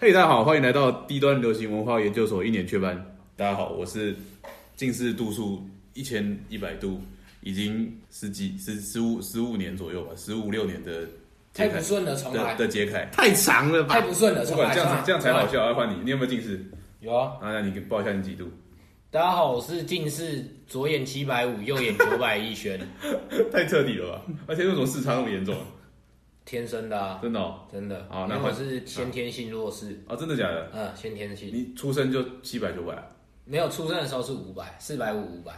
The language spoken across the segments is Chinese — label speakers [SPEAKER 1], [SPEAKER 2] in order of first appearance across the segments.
[SPEAKER 1] 嘿、大家好，欢迎来到低端流行文化研究所一年雀班。大家好，我是近视度数一千一百度，已经十几十十五十五年左右吧，十五六年的
[SPEAKER 2] 太
[SPEAKER 1] 杰
[SPEAKER 2] 不
[SPEAKER 1] 凯
[SPEAKER 2] 顺了，重
[SPEAKER 1] 的
[SPEAKER 2] 来，
[SPEAKER 1] 的杰凯。
[SPEAKER 3] 太长了
[SPEAKER 2] 太
[SPEAKER 3] 吧？
[SPEAKER 2] 不顺了，
[SPEAKER 1] 不
[SPEAKER 2] 重
[SPEAKER 1] 管，
[SPEAKER 2] 来
[SPEAKER 1] 这样
[SPEAKER 2] 重
[SPEAKER 1] 才
[SPEAKER 2] 来
[SPEAKER 1] 这样才好。
[SPEAKER 2] 重来
[SPEAKER 1] 笑。啊要换你，你有没有近视？
[SPEAKER 2] 啊有啊，
[SPEAKER 1] 啊，那你报一下你几度？
[SPEAKER 2] 大家好，我是近视，左眼七百五，右眼九百，逸轩，
[SPEAKER 1] 太彻底了吧！而且为什么视差那么严重啊？
[SPEAKER 2] 天生的啊，
[SPEAKER 1] 真的哦，
[SPEAKER 2] 真的。
[SPEAKER 1] 好那
[SPEAKER 2] 因为我
[SPEAKER 1] 换
[SPEAKER 2] 是先天性弱视，
[SPEAKER 1] 啊，真的假的？
[SPEAKER 2] 嗯，先天性。
[SPEAKER 1] 你出生就七百九百，
[SPEAKER 2] 没有出生的时候是五百，四百五五百，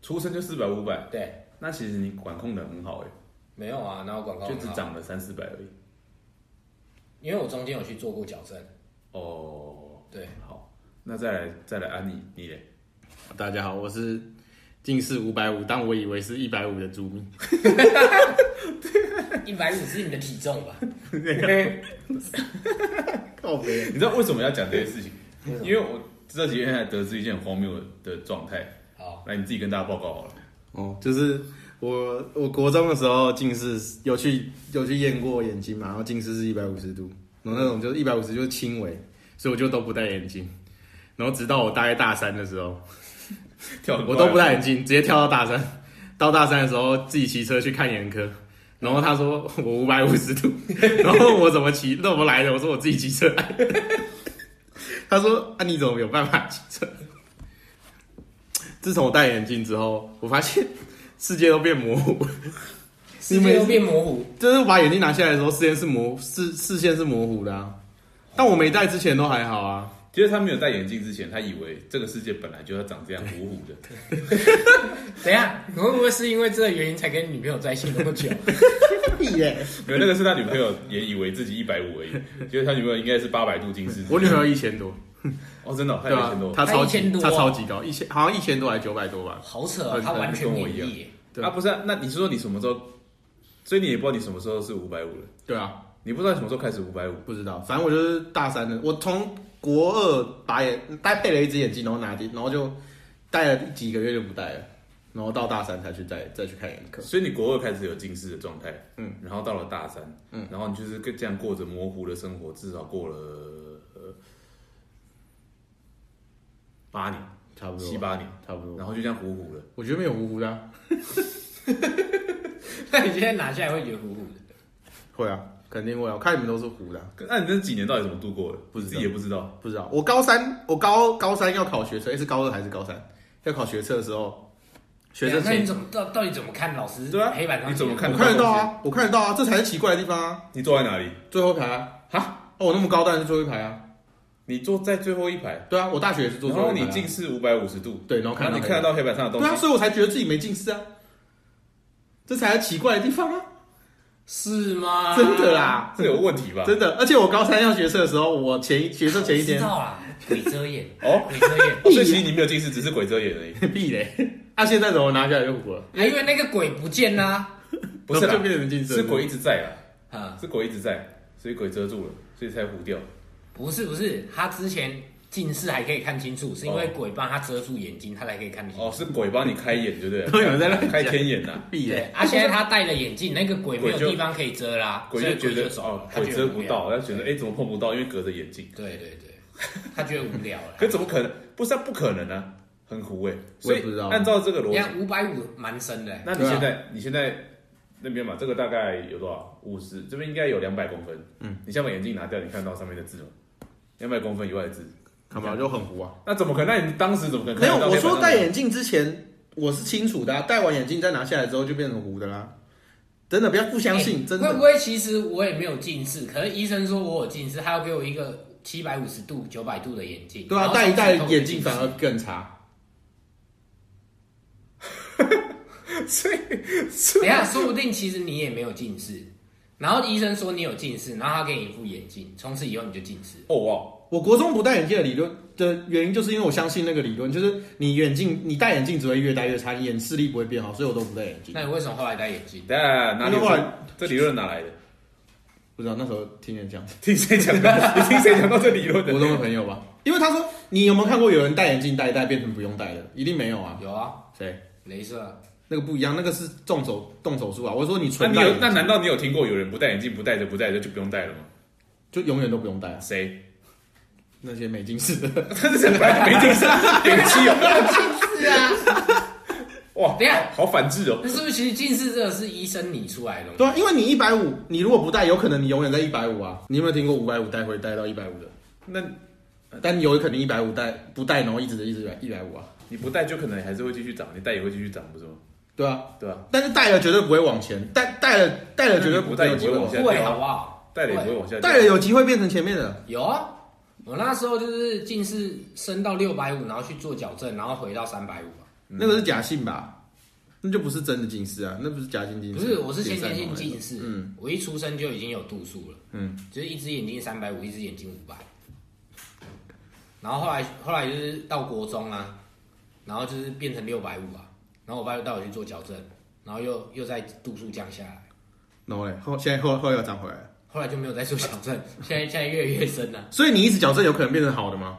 [SPEAKER 1] 出生就四百五百，
[SPEAKER 2] 对，
[SPEAKER 1] 那其实你管控的很好哎、
[SPEAKER 2] 没有啊，哪有广告？
[SPEAKER 1] 就只，涨了三四百而已。
[SPEAKER 2] 因为我中间有去做过矫正，
[SPEAKER 1] 哦，
[SPEAKER 2] 对，
[SPEAKER 1] 好，那再来再来安、啊、你 你嘞，
[SPEAKER 3] 大家好，我是近视五百五，但我以为是一百五的朱咪。
[SPEAKER 2] 一百五是你的体重吧？
[SPEAKER 3] 靠北，
[SPEAKER 1] 你知道为什么要讲这些事情？
[SPEAKER 2] 为什么
[SPEAKER 1] 因为我这几天才得知一件很荒谬的状态，
[SPEAKER 2] 好，
[SPEAKER 1] 来你自己跟大家报告好了。
[SPEAKER 3] 哦，就是我，我国中的时候近视有去有去验过眼睛嘛，然后近视是一百五十度，然后那种就是一百五十就是轻微，所以我就都不戴眼镜。然后直到我大概大三的时候，
[SPEAKER 1] 跳很快
[SPEAKER 3] 我都不戴眼镜，直接跳到大三。 到大三的时候，自己骑车去看眼科，然后他说 我五百五十度， 然后我怎么骑，那我来的，我说我自己骑车来 的。他说啊，你怎么有办法骑车？自从我戴眼镜之后，我发现世界都变模糊 了，
[SPEAKER 2] 世界都变模糊，
[SPEAKER 3] 就是我把眼镜拿下来的时候，视线是模视视线是模糊的啊。但我没戴之前都还好啊，
[SPEAKER 1] 其实他没有戴眼镜之前，他以为这个世界本来就要长这样糊糊的。
[SPEAKER 2] 等一下，你会不会是因为这个原因才跟女朋友在一起那么久？
[SPEAKER 1] 没有，那个是他女朋友也以为自己一百五而已，结果他女朋友应该是八百度近视。
[SPEAKER 3] 我女朋友一千多，
[SPEAKER 1] 哦，真的、哦，她
[SPEAKER 3] 对啊
[SPEAKER 1] 有钱
[SPEAKER 3] 吧、
[SPEAKER 1] 多。
[SPEAKER 3] 她超
[SPEAKER 2] 她
[SPEAKER 3] 级
[SPEAKER 2] 1000多啊
[SPEAKER 3] 她超级高，一千好像一千多还九百多吧。
[SPEAKER 2] 好扯啊，
[SPEAKER 3] 呃
[SPEAKER 2] 他完全
[SPEAKER 1] 跟我
[SPEAKER 2] 免
[SPEAKER 1] 一样
[SPEAKER 2] 疫耶。
[SPEAKER 3] 对
[SPEAKER 1] 啊，不是、啊，那你是说你什么时候？所以你也不知道你什么时候是五百五了，
[SPEAKER 3] 对啊，
[SPEAKER 1] 你不知道什么时候开始五百五。
[SPEAKER 3] 不知道，反正我就是大三的，我从国二把眼戴配了一只眼镜，然后拿掉，然后就戴了几个月就不戴了，然后到大三才去再再去看眼科。
[SPEAKER 1] 所以你国二开始有近视的状态，
[SPEAKER 3] 嗯，
[SPEAKER 1] 然后到了大三，嗯，然后你就是跟这样过着模糊的生活，至少过了呃八年、
[SPEAKER 3] 差不多
[SPEAKER 1] 七，八年，
[SPEAKER 3] 差不多。
[SPEAKER 1] 然后就这样糊糊了。
[SPEAKER 3] 我觉得没有糊糊的啊、
[SPEAKER 2] 那你现在拿下来会觉得糊糊的。
[SPEAKER 3] 会啊，肯定会啊。我看你们都是糊的啊、
[SPEAKER 1] 可那你这几年到底怎么度过的？
[SPEAKER 3] 不知道
[SPEAKER 1] 你自己也不知道。
[SPEAKER 3] 不知道。我高三，我高高三要考学测，诶是高二还是高三？要考学测的时候，学测
[SPEAKER 2] 啊那你
[SPEAKER 3] 前
[SPEAKER 2] 怎么到到底怎么看老师？
[SPEAKER 1] 对啊
[SPEAKER 2] 黑板上
[SPEAKER 1] 你怎么看
[SPEAKER 3] 我看得到啊，我看得到啊，这才是奇怪的地方啊。
[SPEAKER 1] 你坐在哪里？
[SPEAKER 3] 最后一排啊，
[SPEAKER 1] 哈，
[SPEAKER 3] 哦，我那么高，当然是最后一排啊。
[SPEAKER 1] 你坐在最后一排，
[SPEAKER 3] 对啊，我大学也是做
[SPEAKER 1] 然
[SPEAKER 3] 最后
[SPEAKER 1] 后
[SPEAKER 3] 一排、啊。
[SPEAKER 1] 你近视五百五十度，
[SPEAKER 3] 对，然后看
[SPEAKER 1] 然
[SPEAKER 3] 到
[SPEAKER 1] 后你看得
[SPEAKER 3] 到，
[SPEAKER 1] 到黑板上的东
[SPEAKER 3] 对啊，
[SPEAKER 1] 西，
[SPEAKER 3] 所以我才觉得自己没近视啊，这才是奇怪的地方啊，
[SPEAKER 2] 是吗？
[SPEAKER 3] 真的，啦，
[SPEAKER 1] 这有问题吧？
[SPEAKER 3] 啊真的。而且我高三要学测的时候，我前一学测前一
[SPEAKER 2] 我
[SPEAKER 3] 天
[SPEAKER 2] 知，道啦，鬼遮眼，
[SPEAKER 1] 哦，
[SPEAKER 2] 鬼遮眼。啊
[SPEAKER 3] 啊
[SPEAKER 1] 哦所以其实你没有近视，只是鬼遮眼而已。
[SPEAKER 3] 屁嘞， 啊，现在怎么拿下来就糊了？
[SPEAKER 2] 还因为那个鬼不见啊 啦、
[SPEAKER 1] 不是
[SPEAKER 3] 然后
[SPEAKER 1] 啦
[SPEAKER 3] 就，变成近视，
[SPEAKER 1] 是鬼一直在啦，
[SPEAKER 2] 啊。
[SPEAKER 1] 是鬼一直在，所以鬼遮住了，所以才糊掉。
[SPEAKER 2] 不是不是，他之前近视还可以看清楚，是因为鬼帮他遮住眼睛，他才可以看清楚。
[SPEAKER 1] 哦，是鬼帮你开眼，对不对？
[SPEAKER 3] 都有人在那边
[SPEAKER 1] 开
[SPEAKER 3] 讲
[SPEAKER 1] 天眼呐、
[SPEAKER 3] 屁
[SPEAKER 2] 对
[SPEAKER 3] 嘞，，
[SPEAKER 2] 啊，现在他戴了眼镜，那个鬼没有
[SPEAKER 1] 鬼就
[SPEAKER 2] 地方可以遮啦，
[SPEAKER 1] 鬼
[SPEAKER 2] 所
[SPEAKER 1] 就
[SPEAKER 2] 以
[SPEAKER 1] 觉得
[SPEAKER 2] 走
[SPEAKER 1] 哦
[SPEAKER 2] 了，他
[SPEAKER 1] 鬼
[SPEAKER 2] 觉得
[SPEAKER 1] 遮
[SPEAKER 2] 无
[SPEAKER 1] 不
[SPEAKER 2] 聊
[SPEAKER 1] 到，他觉得哎、怎么碰不到？因为隔着眼镜，
[SPEAKER 2] 对对对，他觉得无聊 了。
[SPEAKER 1] 可怎么可能？不是、啊、不可能啊，很糊哎、
[SPEAKER 3] 我
[SPEAKER 1] 所
[SPEAKER 3] 也
[SPEAKER 1] 以
[SPEAKER 3] 不知道
[SPEAKER 1] 按照这个逻
[SPEAKER 2] 你
[SPEAKER 1] 辑，
[SPEAKER 2] 看五百五蛮深的，
[SPEAKER 1] 那你现在、你现在那边嘛，这个大概有多少？五十，这边应该有两百公分。嗯，你先把眼镜拿掉，你看到上面的字吗？两百公分以外的字，
[SPEAKER 3] 看不到就很糊啊。
[SPEAKER 1] 那怎么可能？那你当时怎么可能
[SPEAKER 3] 没
[SPEAKER 1] 看
[SPEAKER 3] 有
[SPEAKER 1] 得，到
[SPEAKER 3] 我
[SPEAKER 1] 黑板上的？
[SPEAKER 3] 说戴眼镜之前我是清楚的、啊，戴完眼镜再拿下来之后就变成糊的啦。真的不要不相信，
[SPEAKER 2] 哎
[SPEAKER 3] 真
[SPEAKER 2] 会不
[SPEAKER 3] 的。
[SPEAKER 2] 会其实我也没有近视，可是医生说我有近视，他要给我一个七百五十度、九百度的眼镜。
[SPEAKER 3] 对
[SPEAKER 2] 然
[SPEAKER 3] 啊，
[SPEAKER 2] 后
[SPEAKER 3] 戴一戴
[SPEAKER 2] 才会
[SPEAKER 3] 眼镜 反
[SPEAKER 2] 近视
[SPEAKER 3] 而更差。
[SPEAKER 1] 所以
[SPEAKER 2] 等一下，说不定其实你也没有近视，然后医生说你有近视，然后他给你一副眼镜，从此以后你就近视。
[SPEAKER 1] 哦哇，
[SPEAKER 3] 我国中不戴眼镜的理论的原因，就是因为我相信那个理论，就是你眼镜你戴眼镜只会越戴越差，你眼视力不会变好，所以我都不戴眼镜。
[SPEAKER 2] 那你为什么后来戴眼镜？
[SPEAKER 1] 等一下哪里有
[SPEAKER 3] 那后来？
[SPEAKER 1] 这理论哪来的？
[SPEAKER 3] 不知道那时候听人讲，
[SPEAKER 1] 听谁讲的？你 听谁讲到这理论
[SPEAKER 3] 国
[SPEAKER 1] 的？
[SPEAKER 3] 中的朋友吧，因为他说你有没有看过有人戴眼镜戴一戴变成不用戴的？一定没有啊，
[SPEAKER 2] 有啊，
[SPEAKER 3] 谁？
[SPEAKER 2] 镭射。啊
[SPEAKER 3] 那个不一样，那个是动手动手术啊。我说你
[SPEAKER 1] 那
[SPEAKER 3] 纯
[SPEAKER 1] 你
[SPEAKER 3] 戴
[SPEAKER 1] 有
[SPEAKER 3] 眼
[SPEAKER 1] 那
[SPEAKER 3] 镜，
[SPEAKER 1] 难道你有听过有人不戴眼镜不戴着不戴着就不用戴了吗？
[SPEAKER 3] 就永远都不用戴啊。
[SPEAKER 1] 谁？
[SPEAKER 3] 那些美金式的，
[SPEAKER 1] 他是什么？没听上 点七哦，
[SPEAKER 2] 是啊，
[SPEAKER 1] 哇，
[SPEAKER 2] 等一下
[SPEAKER 1] 好反智哦。
[SPEAKER 2] 那是不是其实近视这个是医生理出来的东西？
[SPEAKER 3] 对啊，因为你一百五，你如果不戴，有可能你永远在一百五啊。你有没有听过五百五带回带到一百五的？
[SPEAKER 1] 那
[SPEAKER 3] 但有可能一百五带不戴，然后一直一直一百五啊。
[SPEAKER 1] 你不戴就可能还是会继续涨，你戴也会继续涨，不是吗？
[SPEAKER 3] 对啊，
[SPEAKER 1] 对吧？
[SPEAKER 3] 但是戴了绝对不会往前，戴戴了戴了绝对不
[SPEAKER 1] 那
[SPEAKER 3] 有
[SPEAKER 1] 你不戴
[SPEAKER 3] 机
[SPEAKER 1] 也
[SPEAKER 3] 会
[SPEAKER 1] 不会往
[SPEAKER 3] 往前，
[SPEAKER 1] 下
[SPEAKER 2] 会
[SPEAKER 1] 掉
[SPEAKER 2] 好不好？
[SPEAKER 1] 戴了也不会往下掉。
[SPEAKER 3] 戴了有机会变成前面的。
[SPEAKER 2] 有啊，我那时候就是近视升到六百五，然后去做矫正，然后回到三百五啊。
[SPEAKER 3] 那个是假性吧？那就不是真的近视啊，那不是假性近视。
[SPEAKER 2] 不是，我是先
[SPEAKER 3] 解散
[SPEAKER 2] 天性
[SPEAKER 3] 红
[SPEAKER 2] 近
[SPEAKER 3] 了
[SPEAKER 2] 视，
[SPEAKER 3] 嗯，
[SPEAKER 2] 我一出生就已经有度数了，
[SPEAKER 3] 嗯，
[SPEAKER 2] 就是一只眼睛三百五，一只眼睛五百。然后后来后来就是到国中啊，然后就是变成六百五啊，然后我爸就带我去做矫正，然后又又在度数降下来，
[SPEAKER 3] 然后嘞，后现在后后来又长回来了，
[SPEAKER 2] 后来就没有再做矫正， 现在现在越来越深了、
[SPEAKER 3] 所以你一直矫正有可能变成好的吗？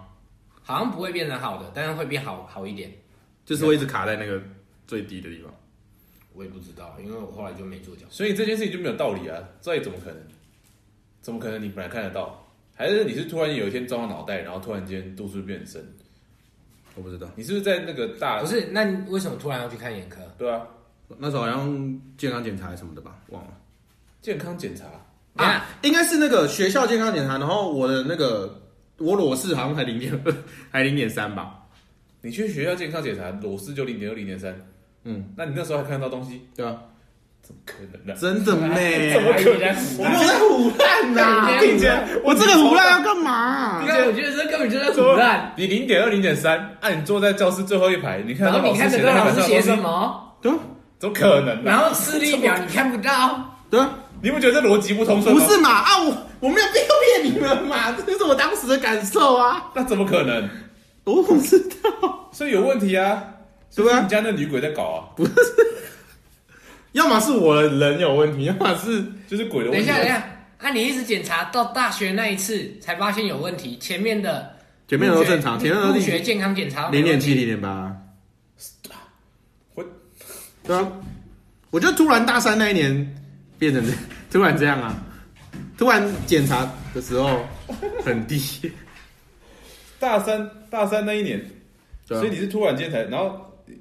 [SPEAKER 2] 好像不会变成好的，但是会变好好一点，
[SPEAKER 3] 就是会一直卡在那个最低的地方。
[SPEAKER 2] 我也不知道，因为我后来就没做矫正。
[SPEAKER 1] 所以这件事情就没有道理啊！这怎么可能？怎么可能？你本来看得到，还是你是突然有一天撞到脑袋，然后突然间度数变深？
[SPEAKER 3] 我不知道，
[SPEAKER 1] 你是不是在那个大
[SPEAKER 2] 不？是，那你为什么突然要去看眼科？
[SPEAKER 1] 对啊，
[SPEAKER 3] 那时候好像健康检查还是什么的吧，忘了
[SPEAKER 1] 健康检查
[SPEAKER 2] 啊
[SPEAKER 3] 啊，应该是那个学校健康检查，然后我的那个我裸视好像才零点二，还零点三吧，
[SPEAKER 1] 你去学校健康检查，裸视就零点二、零点三，
[SPEAKER 3] 嗯，
[SPEAKER 1] 那你那时候还看得到东西？
[SPEAKER 3] 对吧？
[SPEAKER 1] 怎么可能呢、
[SPEAKER 3] 真的咩？
[SPEAKER 1] 怎么可能
[SPEAKER 2] 我
[SPEAKER 3] 我没有在胡乱呐、
[SPEAKER 2] 啊
[SPEAKER 1] 并且
[SPEAKER 3] 我这个胡乱要干嘛、啊？
[SPEAKER 2] 我觉得这根本就在胡乱。
[SPEAKER 1] 你零点二、零点三，啊，你坐在教室最后一排，你看
[SPEAKER 2] 然
[SPEAKER 1] 到
[SPEAKER 2] 后
[SPEAKER 1] 老
[SPEAKER 2] 你
[SPEAKER 1] 师
[SPEAKER 2] 看
[SPEAKER 1] 写
[SPEAKER 2] 得
[SPEAKER 1] 在
[SPEAKER 2] 到
[SPEAKER 1] 黑板
[SPEAKER 2] 老师
[SPEAKER 1] 上
[SPEAKER 2] 写
[SPEAKER 1] 的
[SPEAKER 2] 什
[SPEAKER 1] 东西，
[SPEAKER 2] 么，
[SPEAKER 3] 对啊，
[SPEAKER 1] 怎么可能呢、
[SPEAKER 2] 然后视力表你看不到，
[SPEAKER 3] 对啊。
[SPEAKER 1] 你不觉得这逻辑不通顺
[SPEAKER 3] 不
[SPEAKER 1] 吗？，
[SPEAKER 3] 是嘛？啊，我我没有必要骗你们嘛，这就是我当时的感受啊。
[SPEAKER 1] 那怎么可能？
[SPEAKER 3] 我不知道，
[SPEAKER 1] 所以有问题啊！
[SPEAKER 3] 对不对
[SPEAKER 1] 是你家那女鬼在搞啊，
[SPEAKER 3] 要么是我人有问题，要么是
[SPEAKER 1] 就是鬼的
[SPEAKER 2] 等
[SPEAKER 1] 问
[SPEAKER 2] 一
[SPEAKER 1] 题
[SPEAKER 2] 下，
[SPEAKER 1] 啊。
[SPEAKER 2] 等一下，啊，你一直检查到大学那一次才发现有问题，前面的
[SPEAKER 3] 前面的都正常，前面的都
[SPEAKER 2] 入学健康检查
[SPEAKER 3] 零点七、零点八，
[SPEAKER 1] 我
[SPEAKER 3] 对啊。我就突然大三那一年变成这突然这样啊，突然检查的时候很低，
[SPEAKER 1] 大三大三那一年，
[SPEAKER 3] 对啊
[SPEAKER 1] 所以你是突然间才，然后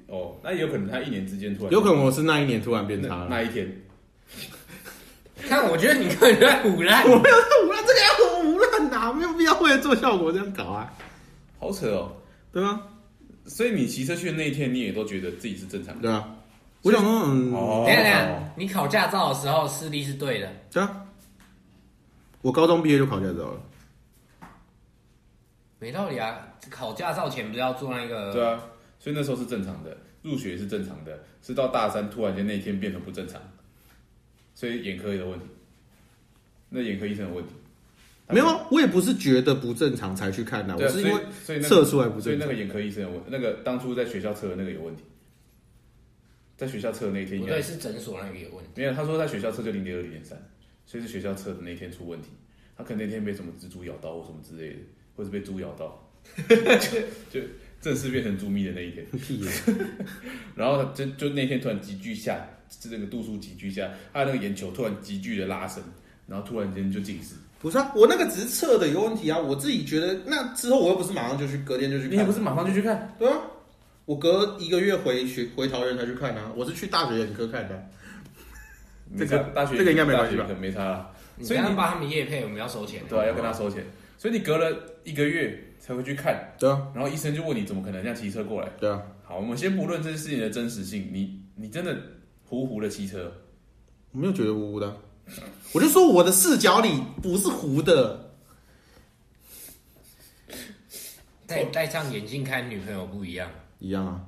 [SPEAKER 1] 哦，那也有可能他一年之间突然
[SPEAKER 3] 有可能我是那一年突然变差
[SPEAKER 1] 那
[SPEAKER 3] 了。
[SPEAKER 1] 那一天，
[SPEAKER 2] 看，我觉得你根本就在胡乱。
[SPEAKER 3] 我没有在胡乱，这个要胡乱拿，没有必要为了做效果这样搞啊，
[SPEAKER 1] 好扯哦。
[SPEAKER 3] 对吗？
[SPEAKER 1] 所以你骑车去的那一天，你也都觉得自己是正常的。
[SPEAKER 3] 对啊。我想说，嗯，
[SPEAKER 1] 哦
[SPEAKER 2] 等一下，等一下，你考驾照的时候视力是对的，
[SPEAKER 3] 对啊，我高中毕业就考驾照了。
[SPEAKER 2] 没道理啊！考驾照前不是要做那
[SPEAKER 3] 嗯
[SPEAKER 2] 个？
[SPEAKER 1] 对啊，所以那时候是正常的，入学是正常的，是到大三突然间那一天变得不正常，所以眼科也有问题，那眼科医生有问题。
[SPEAKER 3] 没有，啊，我也不是觉得不正常才去看的、
[SPEAKER 1] 对
[SPEAKER 3] 我
[SPEAKER 1] 啊，
[SPEAKER 3] 是
[SPEAKER 1] 所
[SPEAKER 3] 因为
[SPEAKER 1] 以所以那个
[SPEAKER 3] 测出来不
[SPEAKER 1] 所以
[SPEAKER 3] 正
[SPEAKER 1] 那
[SPEAKER 3] 常
[SPEAKER 1] 个。眼科医生有问，那个当初在学校测的那个有问题，在学校测的那一天
[SPEAKER 2] 不
[SPEAKER 1] 应
[SPEAKER 2] 对，
[SPEAKER 1] 该
[SPEAKER 2] 是诊所那个有问题。
[SPEAKER 1] 没有，他说在学校测就零点二零点三，所以是学校测的那一天出问题，他可能那天被什么蜘蛛咬到或什么之类的，或是被猪咬到， 就就正式变成猪咪的那一天，
[SPEAKER 3] 屁耶、
[SPEAKER 1] 然后他就就那天突然急剧下，这个度数急剧下，他那个眼球突然急剧的拉伸，然后突然间就近视，
[SPEAKER 3] 不是啊，我那个只是测的有问题啊，我自己觉得那之后我又不是马上就去，隔天就去看。
[SPEAKER 1] 你也不是马上就去看，
[SPEAKER 3] 对啊，我隔一个月回学回桃园才去看啊，我是去大学眼科看的。这个
[SPEAKER 1] 没差大学
[SPEAKER 3] 这个应该没关系
[SPEAKER 1] 大
[SPEAKER 3] 吧嗯
[SPEAKER 1] 学可能没差啦，
[SPEAKER 2] 你
[SPEAKER 1] 所
[SPEAKER 2] 这
[SPEAKER 1] 以你
[SPEAKER 2] 样帮他们业配，我们要收钱。
[SPEAKER 1] 对、啊，要跟他收钱。所以你隔了一个月才会去看，
[SPEAKER 3] 对啊，
[SPEAKER 1] 然后医生就问你怎么可能这样骑车过来？
[SPEAKER 3] 对啊，
[SPEAKER 1] 好，我们先不论这件事情的真实性，你你真的糊糊的骑车，
[SPEAKER 3] 我没有觉得污污的啊、我就说我的视角里不是糊的。
[SPEAKER 2] 戴戴上眼镜看女朋友不一样。
[SPEAKER 3] 一样啊，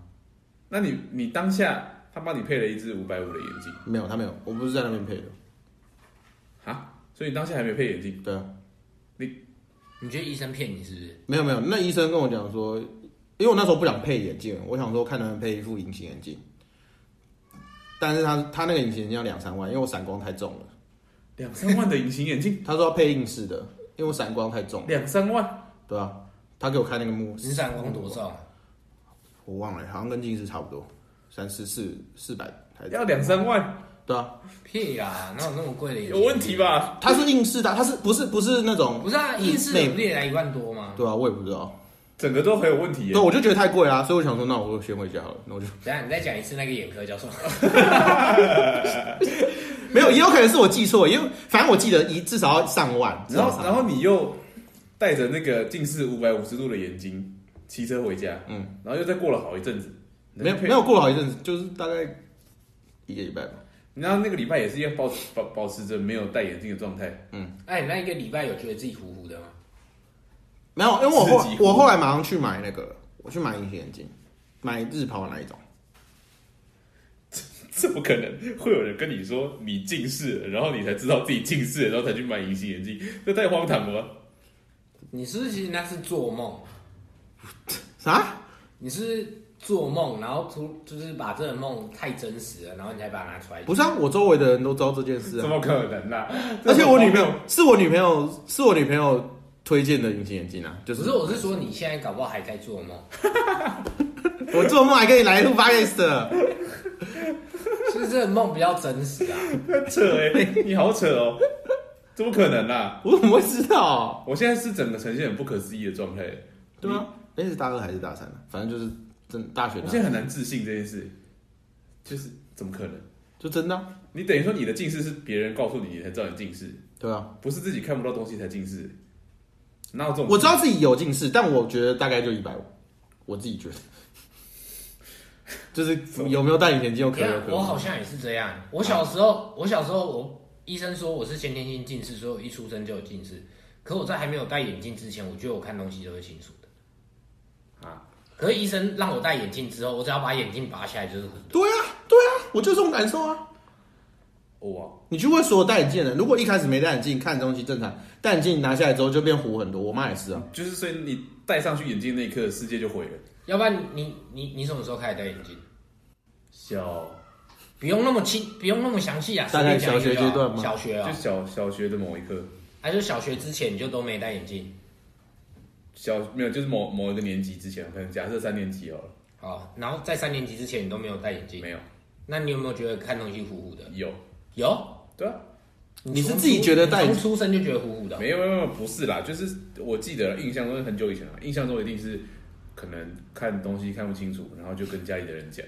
[SPEAKER 1] 那你你当下他帮你配了一只五百五的眼镜
[SPEAKER 3] 没有他没有，我不是在那边配的。
[SPEAKER 1] 啊，所以你当下还没配眼镜，
[SPEAKER 3] 对啊，
[SPEAKER 2] 你觉得医生骗你是不是？
[SPEAKER 3] 没有没有，那医生跟我讲说，因为我那时候不想配眼镜，我想说看能不能配一副隐形眼镜，但是他他那个隐形眼镜要两三万，因为我散光太重了。
[SPEAKER 1] 两三万的隐形眼镜，
[SPEAKER 3] 他说要配硬式的，因为我散光太重，
[SPEAKER 1] 两三万，
[SPEAKER 3] 对吧、啊他给我看那个目，
[SPEAKER 2] 你散光多重？
[SPEAKER 3] 我忘了，好像跟近视差不多，三四四四百还是
[SPEAKER 1] 要两三万，
[SPEAKER 3] 对啊，
[SPEAKER 2] 屁啦，哪有那么贵的眼镜？
[SPEAKER 1] 有问题？吧？
[SPEAKER 3] 它是硬式的，它是不是不是那种
[SPEAKER 2] 不是啊，硬式
[SPEAKER 3] 嗯
[SPEAKER 2] 的不是也才一万多吗？
[SPEAKER 3] 对啊，我也不知道，
[SPEAKER 1] 整个都很有问题耶
[SPEAKER 3] 对，。我就觉得太贵啊啦，所以我想说，那我先回家好了，那我就
[SPEAKER 2] 等一下你再讲一次那个眼科叫什么？
[SPEAKER 3] 没有，也有可能是我记错，因为反正我记得一至少要上万，
[SPEAKER 1] 然
[SPEAKER 3] 至少
[SPEAKER 1] 后，
[SPEAKER 3] 上
[SPEAKER 1] 然后你又戴着那个近视五百五十度的眼镜骑车回家，
[SPEAKER 3] 嗯，
[SPEAKER 1] 然后又再过了好一阵子，
[SPEAKER 3] 没有
[SPEAKER 1] 那
[SPEAKER 3] 没
[SPEAKER 1] 个
[SPEAKER 3] 有过了好一阵子，就是大概一个礼拜吧，
[SPEAKER 1] 然后那个礼拜也是要保保保持着没有戴眼镜的状态，
[SPEAKER 2] 哎，你那一个礼拜有觉得自己糊糊的吗？
[SPEAKER 3] 没有，因为我后
[SPEAKER 1] 自己
[SPEAKER 3] 我后来马上去买那个，我去买隐形眼镜，买日抛的那一种，
[SPEAKER 1] 怎么可能会有人跟你说你近视了，然后你才知道自己近视了，然后才去买隐形眼镜？这太荒唐了吧！
[SPEAKER 2] 你是不是其实那是做梦？
[SPEAKER 3] 啥？
[SPEAKER 2] 你是不是做梦，然后突就是把这个梦太真实了，然后你才把它拿出来。
[SPEAKER 3] 不是啊，我周围的人都知道这件事
[SPEAKER 1] 怎
[SPEAKER 3] 啊，
[SPEAKER 1] 么可能啦、啊？
[SPEAKER 3] 而且我女朋友是我女朋友是我女朋友推荐的隐形眼镜啊，就
[SPEAKER 2] 不
[SPEAKER 3] 是
[SPEAKER 2] 是，我是说你现在搞不好还在做梦，
[SPEAKER 3] 我做梦还跟你来录 p o d c
[SPEAKER 2] 就是这个梦比较真实啊。
[SPEAKER 1] 扯哎、你好扯哦，怎么可能啦、啊
[SPEAKER 3] 我怎么会知道？
[SPEAKER 1] 我现在是整个呈现很不可思议的状态，
[SPEAKER 3] 对啊，那是大二还是大三啊？反正就是真大学
[SPEAKER 1] 我
[SPEAKER 3] 大
[SPEAKER 1] 现在很难自信这件事，就是怎么可能？
[SPEAKER 3] 就真的啊、
[SPEAKER 1] 你等于说你的近视是别人告诉你，你才知道你近视，
[SPEAKER 3] 对啊，
[SPEAKER 1] 不是自己看不到东西才近视。哪有这种？
[SPEAKER 3] 我知道自己有近视，但我觉得大概就一百五，我自己觉得，就是有没有戴隐形眼镜有可
[SPEAKER 2] 你看
[SPEAKER 3] 有可
[SPEAKER 2] 我好
[SPEAKER 3] 无。
[SPEAKER 2] 像也是这样。我小时候，我小时候，我医生说我是先天性近视，所以我一出生就有近视。可我在还没有戴眼镜之前，我觉得我看东西都是清楚的
[SPEAKER 1] 啊。
[SPEAKER 2] 可是医生让我戴眼镜之后，我只要把眼镜拔下来就是很
[SPEAKER 3] 对啊，对啊，我就这种感受啊。
[SPEAKER 1] 哦哇，
[SPEAKER 3] 你去问所有戴眼镜的人，如果一开始没戴眼镜看东西正常，戴眼镜拿下来之后就变糊很多。我妈也是啊，
[SPEAKER 1] 就是所以你戴上去眼镜那一刻，世界就毁了。
[SPEAKER 2] 要不然你你你什么时候开始戴眼镜？
[SPEAKER 1] 小
[SPEAKER 2] 不用那么清，不用那么详细啊。
[SPEAKER 3] 大概
[SPEAKER 2] 随便讲一个
[SPEAKER 3] 小学阶段
[SPEAKER 2] 就好
[SPEAKER 3] 吗
[SPEAKER 2] 小学啊、
[SPEAKER 1] 就小小学的某一刻，
[SPEAKER 2] 还是小学之前你就都没戴眼镜？
[SPEAKER 1] 小没有就是某某一个年级之前，可能假设三年级好了，
[SPEAKER 2] 好，然后在三年级之前你都没有戴眼镜，
[SPEAKER 1] 没有
[SPEAKER 2] 那你有没有觉得看东西糊糊的？
[SPEAKER 1] 有
[SPEAKER 2] 有，
[SPEAKER 1] 对啊，
[SPEAKER 3] 你是
[SPEAKER 2] 从
[SPEAKER 3] 自己
[SPEAKER 2] 出
[SPEAKER 3] 觉得
[SPEAKER 2] 你
[SPEAKER 3] 戴眼
[SPEAKER 2] 从出生就觉得糊糊的哦？
[SPEAKER 1] 没有没有没有不是啦，就是我记得印象中很久以前啊，印象中一定是可能看东西看不清楚，然后就跟家里的人讲，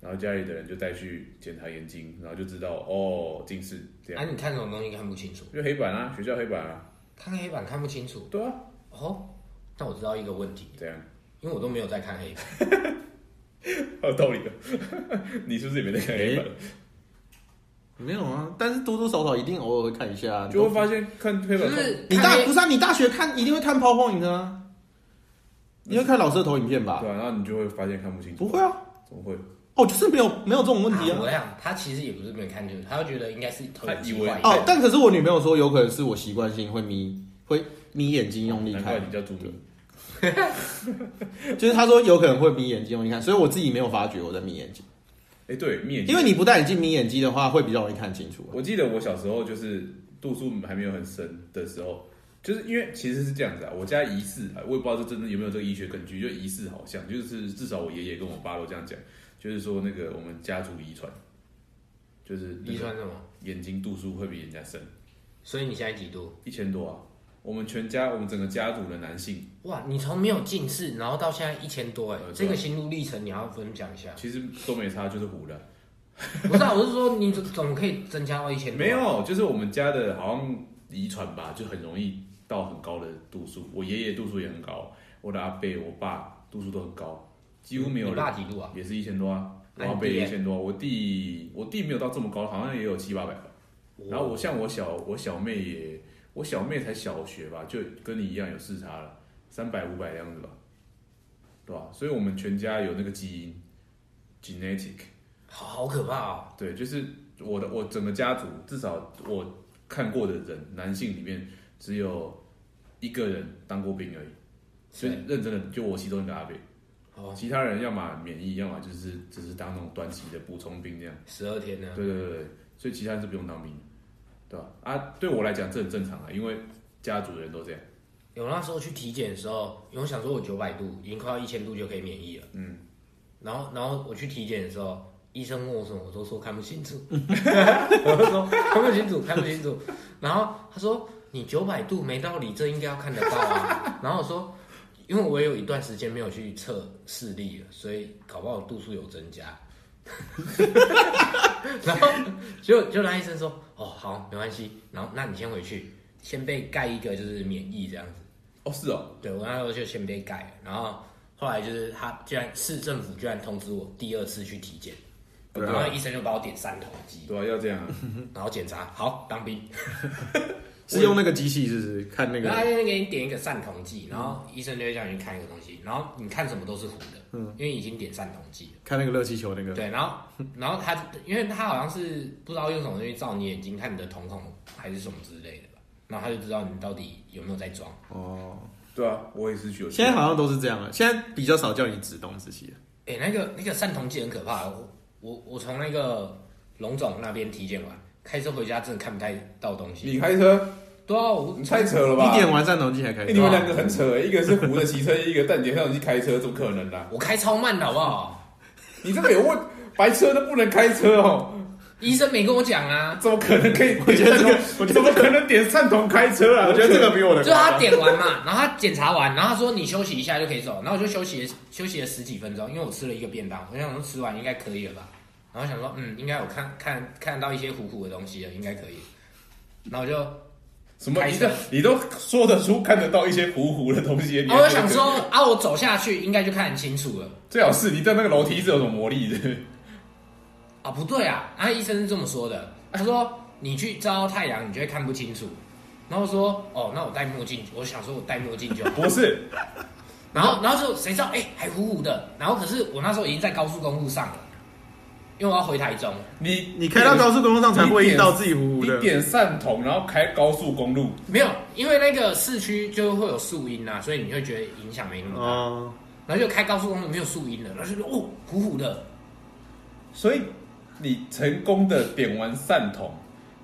[SPEAKER 1] 然后家里的人就带去检查眼睛，然后就知道哦近视这
[SPEAKER 2] 啊，
[SPEAKER 1] 样，
[SPEAKER 2] 你看什么东西看不清楚？
[SPEAKER 1] 就黑板啊，学校黑板啊，
[SPEAKER 2] 看黑板看不清楚
[SPEAKER 1] 对啊，
[SPEAKER 2] 哦。那我知道一个问题，
[SPEAKER 1] 这样
[SPEAKER 2] 因为我都没有在看黑板，
[SPEAKER 1] 哦有道理的， 你是不是也没在看黑板？
[SPEAKER 3] 没有啊，但是多多少少一定偶尔会看一下啊。
[SPEAKER 1] 就会发现看黑
[SPEAKER 2] 就
[SPEAKER 1] 板
[SPEAKER 2] 是
[SPEAKER 3] 你
[SPEAKER 2] 看
[SPEAKER 3] 大
[SPEAKER 2] 黑
[SPEAKER 3] 不是啊？你大学看一定会看 PowerPoint 的啊，你会看老师的投影片吧
[SPEAKER 1] 对？啊，然后你就会发现看不清楚，
[SPEAKER 3] 不会啊，
[SPEAKER 1] 怎么会？
[SPEAKER 3] 哦，就是没有没有这种问题
[SPEAKER 2] 啊
[SPEAKER 3] 啊
[SPEAKER 2] 我。想他其实也不是没看清楚，他就觉得应该是投影机
[SPEAKER 1] 他以为
[SPEAKER 2] 坏掉
[SPEAKER 3] 哦，但可是我女朋友说，有可能是我习惯性会眯，会眯眼睛用力
[SPEAKER 1] 难怪
[SPEAKER 3] 看，
[SPEAKER 1] 你叫朱明，
[SPEAKER 3] 就是她说有可能会眯眼睛用力看，所以我自己没有发觉我在眯眼睛，
[SPEAKER 1] 哎，对，面
[SPEAKER 3] 因为你不戴眼镜眯眼睛的话，会比较容易看清楚。
[SPEAKER 1] 我记得我小时候就是度数还没有很深的时候，就是因为其实是这样子啊，我家疑似啊，我也不知道这真的有没有这个医学根据，就疑似好像就是至少我爷爷跟我爸都这样讲，就是说那个我们家族遗传，就是那个
[SPEAKER 2] 遗传什么？
[SPEAKER 1] 眼睛度数会比人家深
[SPEAKER 2] 所以你现在几度？
[SPEAKER 1] 一千多啊。我们全家，我们整个家族的男性，
[SPEAKER 2] 哇，你从没有近视，然后到现在一千多哎
[SPEAKER 1] 呃，
[SPEAKER 2] 这
[SPEAKER 1] 对
[SPEAKER 2] 个
[SPEAKER 1] 啊。
[SPEAKER 2] 心路历程你要分享一下
[SPEAKER 1] 其实都没差，就是糊了。
[SPEAKER 2] 不是啊，我是说你怎怎么可以增加到一千多？啊
[SPEAKER 1] 没，有，啊就是我们家的好像遗传吧，就很容易到很高的度数。我爷爷度数也很高，我的阿伯、我爸度数都很高，几乎没有
[SPEAKER 2] 你
[SPEAKER 1] 人
[SPEAKER 2] 爸几度啊？
[SPEAKER 1] 也是一千多啊。我
[SPEAKER 2] 那
[SPEAKER 1] 阿
[SPEAKER 2] 你
[SPEAKER 1] 伯
[SPEAKER 2] 弟
[SPEAKER 1] 也
[SPEAKER 2] 嘞
[SPEAKER 1] 一千多啊，我弟我弟没有到这么高，好像也有七八百吧。然后我像我小我小妹也，我小妹才小学吧，就跟你一样有视差了，三百五百的样子吧，对吧？所以我们全家有那个基因，genetic。
[SPEAKER 2] 好好可怕哦！
[SPEAKER 1] 对，就是我的我整个家族，至少我看过的人，男性里面只有一个人当过兵而已，所以
[SPEAKER 2] 谁
[SPEAKER 1] 认真的就我其中一个阿北，
[SPEAKER 2] 哦，
[SPEAKER 1] 其他人要么免疫，要么就是只是当那种短期的补充兵这样。
[SPEAKER 2] 十二天呢？
[SPEAKER 1] 对对对对，所以其他人是不用当兵的，对吧？啊，对我来讲这很正常啊，因为家族的人都这样。
[SPEAKER 2] 有那时候去体检的时候，因为我想说我九百度，已经快要一千度就可以免疫了。嗯，然后然后我去体检的时候，医生问我什么，我都说看不清楚，我就说看不清楚，看不清楚。然后他说你九百度没道理，这应该要看得到啊。然后我说，因为我有一段时间没有去测视力了，所以搞不好度数有增加。 然后就就那医生说，哦好，没关系，然后那你先回去，先被盖一个就是免疫这样子。
[SPEAKER 1] 哦，是哦，
[SPEAKER 2] 对我那时候就先被盖了，然后后来就是他居然市政府居然通知我第二次去体检，
[SPEAKER 1] 对
[SPEAKER 2] 然后
[SPEAKER 1] 啊，
[SPEAKER 2] 医生就把我点三头肌，
[SPEAKER 1] 对啊，要这样啊，
[SPEAKER 2] 然后检查好当兵，
[SPEAKER 3] 是用那个机器，是不是？看那
[SPEAKER 2] 然后他
[SPEAKER 3] 个，
[SPEAKER 2] 先给你点一个散瞳剂，然后医生就会叫你去看一个东西，然后你看什么都是糊的，嗯，因为已经点散瞳剂了，
[SPEAKER 3] 看那个热气球那个，
[SPEAKER 2] 对，然后然后他因为他好像是不知道用什么东西照你眼睛看你的瞳孔还是什么之类的吧，然后他就知道你到底有没有在装，
[SPEAKER 3] 哦，
[SPEAKER 1] 对啊，我也是有。
[SPEAKER 3] 现在好像都是这样了，现在比较少叫你指东指西了。
[SPEAKER 2] 哎、那个那个散瞳剂很可怕，我我我从那个龙总那边体检完，开车回家真的看不太到东西。
[SPEAKER 1] 你开车，
[SPEAKER 2] 对啊，我
[SPEAKER 1] 你太扯了吧？
[SPEAKER 3] 你点完战斗机还可
[SPEAKER 1] 哎、
[SPEAKER 3] 以
[SPEAKER 1] 你，们两个很扯哎、一个是胡的骑车，一个蛋姐上去开车，怎么可能啊啦、
[SPEAKER 2] 我开超慢的好不好？
[SPEAKER 1] 你这个有问，白车都不能开车哦，
[SPEAKER 2] 医生没跟我讲啊，
[SPEAKER 1] 怎么可能可以？
[SPEAKER 3] 我觉得这个
[SPEAKER 1] 我怎么可能点赞同开车啊？
[SPEAKER 3] 我觉得这个比我的
[SPEAKER 2] 就，是他点完嘛，然后他检查完，然后他说你休息一下就可以走，然后我就休息了休息了十几分钟，因为我吃了一个便当，我想说吃完应该可以了吧，然后想说嗯，应该有看看看到一些糊糊的东西了，应该可以，然后我就
[SPEAKER 1] 什么？
[SPEAKER 2] 开
[SPEAKER 1] 你
[SPEAKER 2] 车
[SPEAKER 1] 这你都说得出看得到一些糊糊的东西，你
[SPEAKER 3] 哦
[SPEAKER 2] 啊，
[SPEAKER 1] 还
[SPEAKER 2] 我就想说啊，我走下去应该就看很清楚了。
[SPEAKER 1] 最好是你在那个楼梯是有什么魔力的？
[SPEAKER 2] 啊，不对啊，啊，医生是这么说的，他说你去照到太阳，你就会看不清楚。然后我说哦，那我戴墨镜，我想说我戴墨镜就好。
[SPEAKER 1] 不是，
[SPEAKER 2] 然后，然后就谁知道哎、还糊糊的。然后可是我那时候已经在高速公路上了，因为我要回台中。
[SPEAKER 1] 你
[SPEAKER 3] 你开到高速公路上才不会遇到自己糊糊
[SPEAKER 1] 你
[SPEAKER 3] 的。
[SPEAKER 1] 点散瞳，然后开高速公路，
[SPEAKER 2] 没有，因为那个市区就会有树荫啊，所以你会觉得影响没那么大。
[SPEAKER 3] 哦，
[SPEAKER 2] 然后就开高速公路没有树荫了，然后就说哦糊糊的，
[SPEAKER 1] 所以你成功的点完散瞳，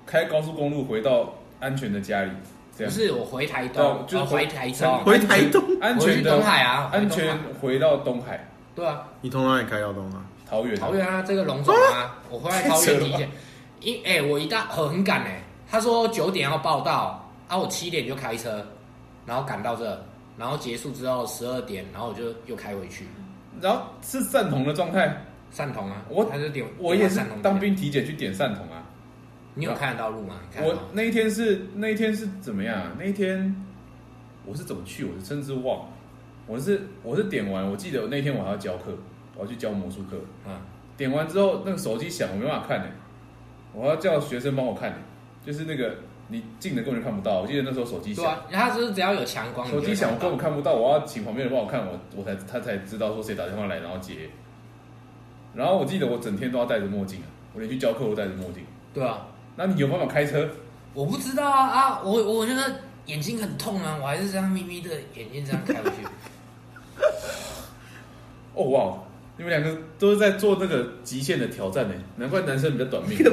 [SPEAKER 1] 开高速公路回到安全的家里，这
[SPEAKER 2] 不
[SPEAKER 1] 样
[SPEAKER 2] 是我回台
[SPEAKER 1] 对啊
[SPEAKER 2] 东，
[SPEAKER 1] 就是
[SPEAKER 2] 哦回台
[SPEAKER 1] 成
[SPEAKER 2] 中，
[SPEAKER 3] 回台东
[SPEAKER 1] 安
[SPEAKER 2] 我
[SPEAKER 1] 全
[SPEAKER 2] 去
[SPEAKER 1] 的
[SPEAKER 2] 东海啊
[SPEAKER 1] 安
[SPEAKER 2] 回
[SPEAKER 1] 全
[SPEAKER 2] 东
[SPEAKER 1] 回到东海、
[SPEAKER 2] 对啊，
[SPEAKER 3] 你从哪里开到东 啊？
[SPEAKER 1] 桃园、
[SPEAKER 2] 桃园啊，这个龙总啊，我回来桃园体 检，因哎、我一大很赶哎、他说九点要报到，啊我七点就开车，然后赶到这，然后结束之后十二点，然后我就又开回去，
[SPEAKER 1] 然后是散瞳的状态。
[SPEAKER 2] 散瞳啊，
[SPEAKER 1] 我
[SPEAKER 2] 他就点
[SPEAKER 1] 我也是
[SPEAKER 2] 点完散瞳
[SPEAKER 1] 当，兵体检去点散瞳啊。
[SPEAKER 2] 你有看得到路吗？你看得
[SPEAKER 1] 我
[SPEAKER 2] 到
[SPEAKER 1] 那一天是那一天是怎么样、啊？那一天我是怎么去？我甚至忘了。我是我是点完，我记得那天我还要教课，我要去教魔术课。
[SPEAKER 2] 嗯，
[SPEAKER 1] 点完之后，那个手机响，我没办法看呢、欸我要叫学生帮我看、欸，就是那个你近的根本就看不到。我记得那时候手机
[SPEAKER 2] 对
[SPEAKER 1] 响，
[SPEAKER 2] 啊，他就是只要有强光，
[SPEAKER 1] 手机响我
[SPEAKER 2] 你就
[SPEAKER 1] 根
[SPEAKER 2] 会看
[SPEAKER 1] 本
[SPEAKER 2] 到
[SPEAKER 1] 看不到，我要请旁边人帮我看，我我才他才知道说谁打电话来，然后接。然后我记得我整天都要戴着墨镜啊，我连去教课都戴着墨镜。
[SPEAKER 2] 对啊，
[SPEAKER 1] 那你有办法开车？
[SPEAKER 2] 我不知道啊啊，我我觉得眼睛很痛啊，我还是这样眯眯的眼睛这样开回 去，
[SPEAKER 1] 哦哇，你们两个都是在做那个极限的挑战呢，难怪男生比较短命。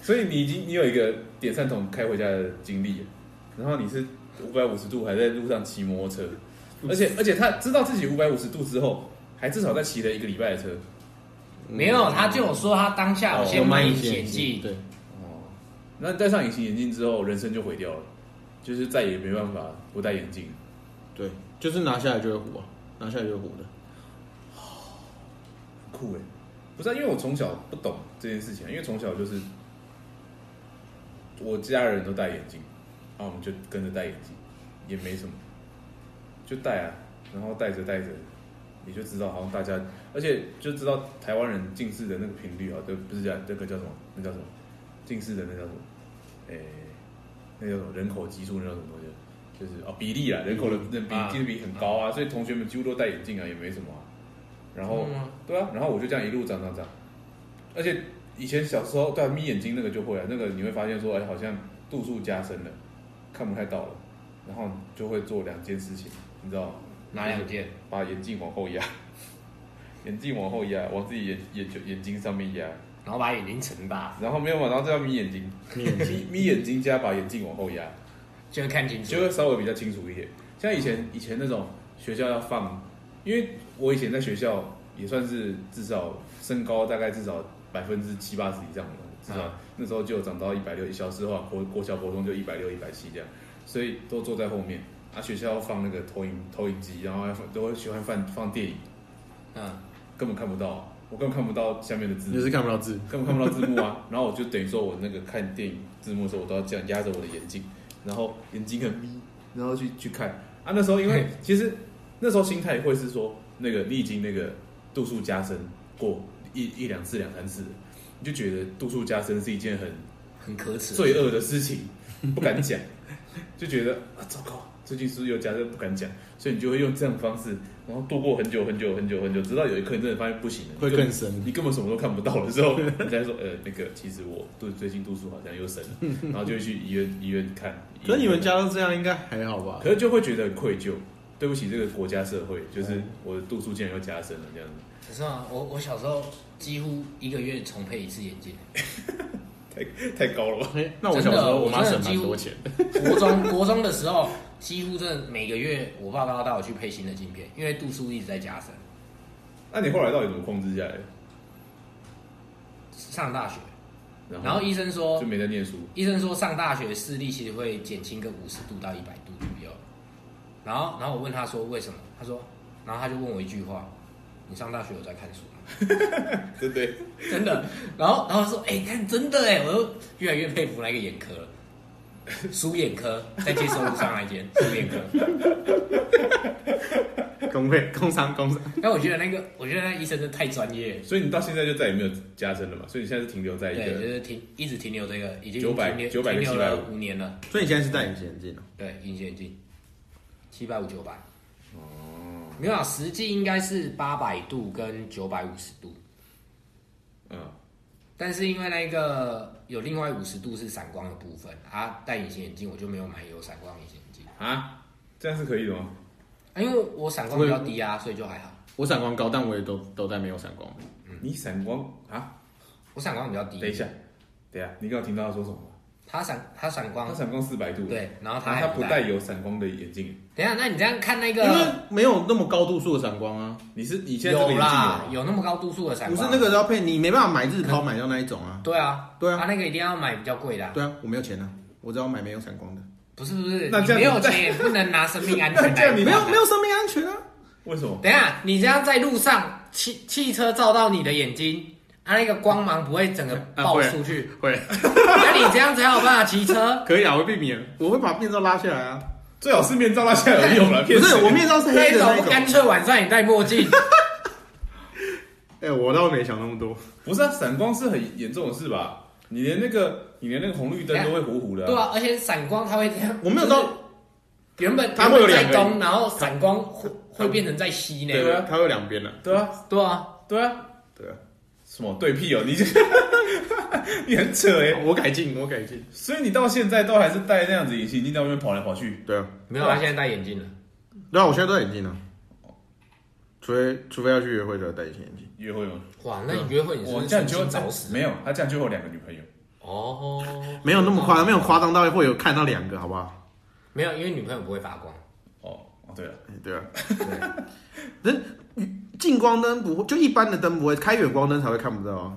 [SPEAKER 1] 所以你已经你有一个点三桶开回家的经历了，然后你是五百五十度还在路上骑摩托车，而且而且他知道自己五百五十度之后，还至少在骑了一个礼拜的车。
[SPEAKER 3] 嗯
[SPEAKER 2] 没有，他就有说他当下有
[SPEAKER 1] 哦
[SPEAKER 2] 先买隐形眼镜。
[SPEAKER 3] 对，
[SPEAKER 1] 哦，那戴上隐形眼镜之后，人生就毁掉了，就是再也没办法不戴眼镜。
[SPEAKER 3] 对，就是拿下来就会糊啊，拿下来就会糊的。
[SPEAKER 1] 酷哎，不是、啊、因为我从小不懂这件事情啊，因为从小就是我家人都戴眼镜，然后我们就跟着戴眼镜，也没什么，就戴啊，然后戴着戴着，也就知道好像大家，而且就知道台湾人近视的那个频率啊，对，不是叫那个叫什么，那叫什么近视的那叫什么，诶、那叫什么人口基数那叫什么东西，就是哦比例啊，人口的那比
[SPEAKER 2] 啊
[SPEAKER 1] 近视比很高啊，所以同学们几乎都戴眼镜啊，也没什么啊、然后
[SPEAKER 2] 真的吗
[SPEAKER 1] 对啊，然后我就这样一路长长长，而且以前小时候对、啊、眯眼睛那个就会啊，那个你会发现说，哎，好像度数加深了，看不太到了，然后就会做两件事情，你知道吗？
[SPEAKER 2] 哪两件？
[SPEAKER 1] 把眼镜往后压， 眼镜往后压，往自己眼眼球眼睛上面压，
[SPEAKER 2] 然后把眼睛撑大，
[SPEAKER 1] 然后没有嘛，然后再要眯眼睛，眯 眯眼睛加把眼镜往后压，
[SPEAKER 2] 就会看清楚
[SPEAKER 1] 就。会稍微比较清楚一点。像以前以前那种学校要放，因为我以前在学校也算是至少身高大概至少百分之七八十以上嘛，至少、那时候就有长到一百六，小时候啊国国小国中就一百六一百七这样，所以都坐在后面。啊，学校放那个投影投影机，然后还放都会喜欢放放电影，
[SPEAKER 2] 嗯，
[SPEAKER 1] 根本看不到，我根本看不到下面的字幕
[SPEAKER 3] 就，是看不到字，
[SPEAKER 1] 根本看不到字幕啊。 然后我就等于说我那个看电影字幕的时候，我都要这样压着我的眼睛，然后眼睛很眯，然后去去看啊。那时候因为其实那时候心态会是说，那个你已经那个度数加深过一一两次、两三次了，你就觉得度数加深是一件很
[SPEAKER 2] 很可耻。
[SPEAKER 1] 罪恶的事情，不敢讲，就觉得啊糟糕，最近是不是有假设不敢讲，所以你就会用这样的方式，然后度过很久很久很久很久，直到有一刻你真的发现不行了，
[SPEAKER 3] 会
[SPEAKER 1] 你根本
[SPEAKER 3] 更深
[SPEAKER 1] 你根本什么都看不到的时候，你才说呃那个其实我度最近度数好像又 升了，然后就会去医院医院看。
[SPEAKER 3] 可是你们
[SPEAKER 1] 家，
[SPEAKER 3] 家都这样，应该还好吧？
[SPEAKER 1] 可是就会觉得很愧疚，对不起这个国家社会，就是我的度数竟然又加深了这样子，
[SPEAKER 2] 可是啊，我我小时候几乎一个月重配一次眼镜。
[SPEAKER 1] 太太高了 吧？
[SPEAKER 3] 哎，那我小时候我妈
[SPEAKER 2] 真的
[SPEAKER 3] 省蛮多钱的，
[SPEAKER 2] 国中国中的时候，几乎真的每个月我爸都要带我去配新的镜片，因为度数一直在加深。
[SPEAKER 1] 那你后来到底怎么控制下来的？
[SPEAKER 2] 上大学，
[SPEAKER 1] 然后
[SPEAKER 2] 然后医生说
[SPEAKER 1] 就，没在念书，
[SPEAKER 2] 医生说上大学视力其实会减轻个五十度到一百度左右。然后，然后我问他说为什么？他说，然后他就问我一句话：“你上大学有在看书吗
[SPEAKER 1] 对不对？？”
[SPEAKER 2] 真的。然后，然后说：“哎、看真的哎！”我又越来越佩服那个眼科 了，输眼科在接收路上那 间输眼科。
[SPEAKER 3] 工会工商工商，
[SPEAKER 2] 但我觉得那个，我觉得那医生真的太专业了。
[SPEAKER 1] 所以你到现在就再也没有加深了嘛？所以你现在是停留在一
[SPEAKER 2] 对，就
[SPEAKER 1] 个
[SPEAKER 2] 是停，一直停留这个，已经
[SPEAKER 1] 900
[SPEAKER 2] 停
[SPEAKER 1] 900
[SPEAKER 2] 留停留
[SPEAKER 1] 跟
[SPEAKER 2] 了
[SPEAKER 1] 750
[SPEAKER 2] 五年了。
[SPEAKER 3] 所以你现在是戴隐形眼镜了，哦
[SPEAKER 2] 对，隐形眼镜，七百五九百。哦，没有啊，实际应该是八百度跟九百五十度，
[SPEAKER 1] 嗯，
[SPEAKER 2] 但是因为那个有另外五十度是散光的部分啊，戴隐形眼镜我就没有买有闪光隐形眼镜
[SPEAKER 1] 啊，这样是可以的吗？
[SPEAKER 2] 啊，因为我闪光比较低啊，所以就还好。
[SPEAKER 3] 我闪光高，但我也都都戴没有闪光。
[SPEAKER 2] 嗯
[SPEAKER 1] 你闪光啊？
[SPEAKER 2] 我闪光比较低，
[SPEAKER 1] 等一下，等一下，你刚刚听到他说什么吗？
[SPEAKER 2] 他闪他闪光
[SPEAKER 1] 他，闪光四百度，
[SPEAKER 2] 啊对，然后
[SPEAKER 1] 然
[SPEAKER 2] 他
[SPEAKER 1] 后
[SPEAKER 2] 还
[SPEAKER 1] 他不戴。有闪光的眼镜，
[SPEAKER 2] 等一下，那你这样看那
[SPEAKER 3] 因为
[SPEAKER 2] 个
[SPEAKER 3] 没有那么高度数的闪光啊，
[SPEAKER 1] 你是你现在这个啊
[SPEAKER 2] 有
[SPEAKER 1] 眼镜
[SPEAKER 2] 啦，
[SPEAKER 1] 吗
[SPEAKER 2] 有那么高度数的闪
[SPEAKER 3] 不
[SPEAKER 2] 光，
[SPEAKER 3] 是那个要配，你没办法买日抛买到那一种啊。
[SPEAKER 2] 对啊，
[SPEAKER 3] 对啊
[SPEAKER 2] 他那个一定要买比较贵的啊、
[SPEAKER 3] 对啊，我没有钱啊，我只要买没有闪光的，
[SPEAKER 2] 不是不是，
[SPEAKER 1] 那这样
[SPEAKER 2] 你没有
[SPEAKER 1] 你再
[SPEAKER 2] 钱也不能拿生命安全
[SPEAKER 1] 那这样
[SPEAKER 2] 来。
[SPEAKER 1] 你
[SPEAKER 3] 没有没有生命安全啊。
[SPEAKER 1] 为什么？
[SPEAKER 2] 等一下，你这样在路上，汽汽车照到你的眼睛，它、那个光芒不会整个爆出去，
[SPEAKER 3] 会，
[SPEAKER 2] 那、你这样才有办法骑车。
[SPEAKER 3] 可以啊，我会避免，我会把面罩拉下来啊。
[SPEAKER 1] 最好是面罩，他现在有用了，
[SPEAKER 3] 不
[SPEAKER 1] 骗
[SPEAKER 3] 是，
[SPEAKER 1] 谁
[SPEAKER 3] 我面罩是
[SPEAKER 2] 那
[SPEAKER 3] 黑
[SPEAKER 2] 你怎
[SPEAKER 3] 的那
[SPEAKER 2] 么
[SPEAKER 3] 一
[SPEAKER 2] 不
[SPEAKER 3] 种。
[SPEAKER 2] 干脆晚上也戴墨镜？
[SPEAKER 3] 哎，我倒没想那么多。
[SPEAKER 1] 不是啊，闪光是很严重的事吧？你连那个你连那个红绿灯都会糊糊的、
[SPEAKER 2] 对，啊，而且闪光它会这样。
[SPEAKER 3] 我没有到
[SPEAKER 2] 就是原本
[SPEAKER 3] 它会有
[SPEAKER 2] 原本
[SPEAKER 3] 两个
[SPEAKER 2] 在东，然后闪光会会变成在西呢。
[SPEAKER 1] 对啊
[SPEAKER 3] 它有两边的。
[SPEAKER 1] 对啊，
[SPEAKER 2] 对啊，
[SPEAKER 1] 对啊，
[SPEAKER 3] 对啊，
[SPEAKER 1] 什么对屁哦，你这 你很扯哎、
[SPEAKER 3] 我改进，我改进。
[SPEAKER 1] 所以你到现在都还是戴那样子隐形眼镜在外面跑来跑去，
[SPEAKER 3] 对啊，
[SPEAKER 2] 没有，他现在戴眼镜了。
[SPEAKER 3] 对啊，我现在都戴眼镜啊，除非除非要去约会才会戴隐形眼镜。
[SPEAKER 1] 约会吗？
[SPEAKER 2] 哇，那你约会你是
[SPEAKER 1] 我
[SPEAKER 2] 不是
[SPEAKER 1] 这样
[SPEAKER 2] 趁
[SPEAKER 1] 就
[SPEAKER 2] 机找死？
[SPEAKER 1] 没有，他这样就会有两个女朋友。
[SPEAKER 2] 哦，
[SPEAKER 3] 没有那么夸张，没有夸张到会有看到两个，好不好？
[SPEAKER 2] 没有，因为女朋友不会发光。
[SPEAKER 1] 哦，哦对了，
[SPEAKER 3] 哎对 啊，对。人近光灯不会，就一般的灯不会，开远光灯才会看不到啊。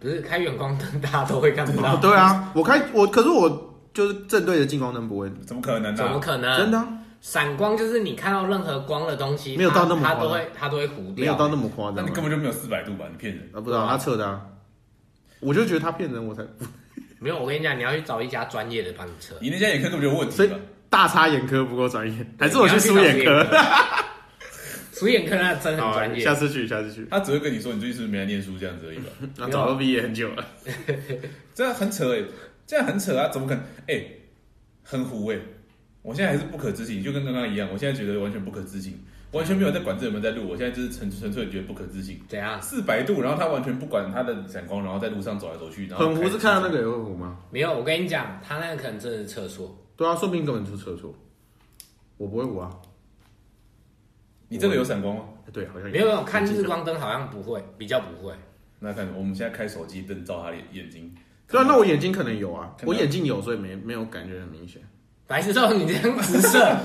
[SPEAKER 2] 不是开远光灯，大家都会看不到，
[SPEAKER 3] 对啊，我开我可是我就是正对着近光灯不会，
[SPEAKER 1] 怎么可能呢、
[SPEAKER 2] 怎么可能？
[SPEAKER 3] 真的啊、
[SPEAKER 2] 闪光就是你看到任何光的东西，
[SPEAKER 3] 没有到那么
[SPEAKER 2] 它它
[SPEAKER 3] 夸张
[SPEAKER 2] 都会它都会糊
[SPEAKER 3] 没
[SPEAKER 2] 掉，
[SPEAKER 3] 有到那么夸
[SPEAKER 1] 那
[SPEAKER 3] 张
[SPEAKER 1] 你根
[SPEAKER 3] 啊。
[SPEAKER 1] 本就没有四百度吧？你骗人！
[SPEAKER 3] 啊，不知道他测的啊，我就觉得他骗人，我才
[SPEAKER 2] 没有，我跟你讲，你要去找一家专业的帮你测。
[SPEAKER 1] 你那家眼科根本就有问题
[SPEAKER 3] 所以
[SPEAKER 1] 吧？
[SPEAKER 3] 大差眼科不够专业，还是我去输 眼科。
[SPEAKER 2] 鼠眼科那真的很
[SPEAKER 3] 好
[SPEAKER 2] 专业
[SPEAKER 3] 下。次去，下次去。
[SPEAKER 1] 他只会跟你说你最近是不是没来念书这样子而已吧？
[SPEAKER 3] 那早都毕业很久了。
[SPEAKER 1] 这样很扯哎、这样很扯啊！怎么可能？哎、很糊哎、我现在还是不可置信，就跟刚刚一样，我现在觉得完全不可置信，完全没有在管这有没有在录，我现在就是纯纯粹觉得不可置信。
[SPEAKER 2] 怎样？
[SPEAKER 1] 四百度，然后他完全不管他的闪光，然后在路上走来走去，然后
[SPEAKER 3] 很糊
[SPEAKER 1] 开
[SPEAKER 3] 是看到那个也会糊吗？
[SPEAKER 2] 没有，我跟你讲，他那个可能真的是测错。
[SPEAKER 3] 对啊，说不定根本就是测错。我不会糊啊。
[SPEAKER 1] 你这个有闪光吗？
[SPEAKER 3] 哎对，好像有
[SPEAKER 2] 没有没有，看日。光灯好像不会，比较不会。
[SPEAKER 1] 那看我们现在开手机灯照他的眼睛，
[SPEAKER 3] 对啊，那我眼睛可能有啊，
[SPEAKER 1] 看到
[SPEAKER 3] 我眼睛有，所以没没有感觉很明显。
[SPEAKER 2] 白石头，你这 样直射，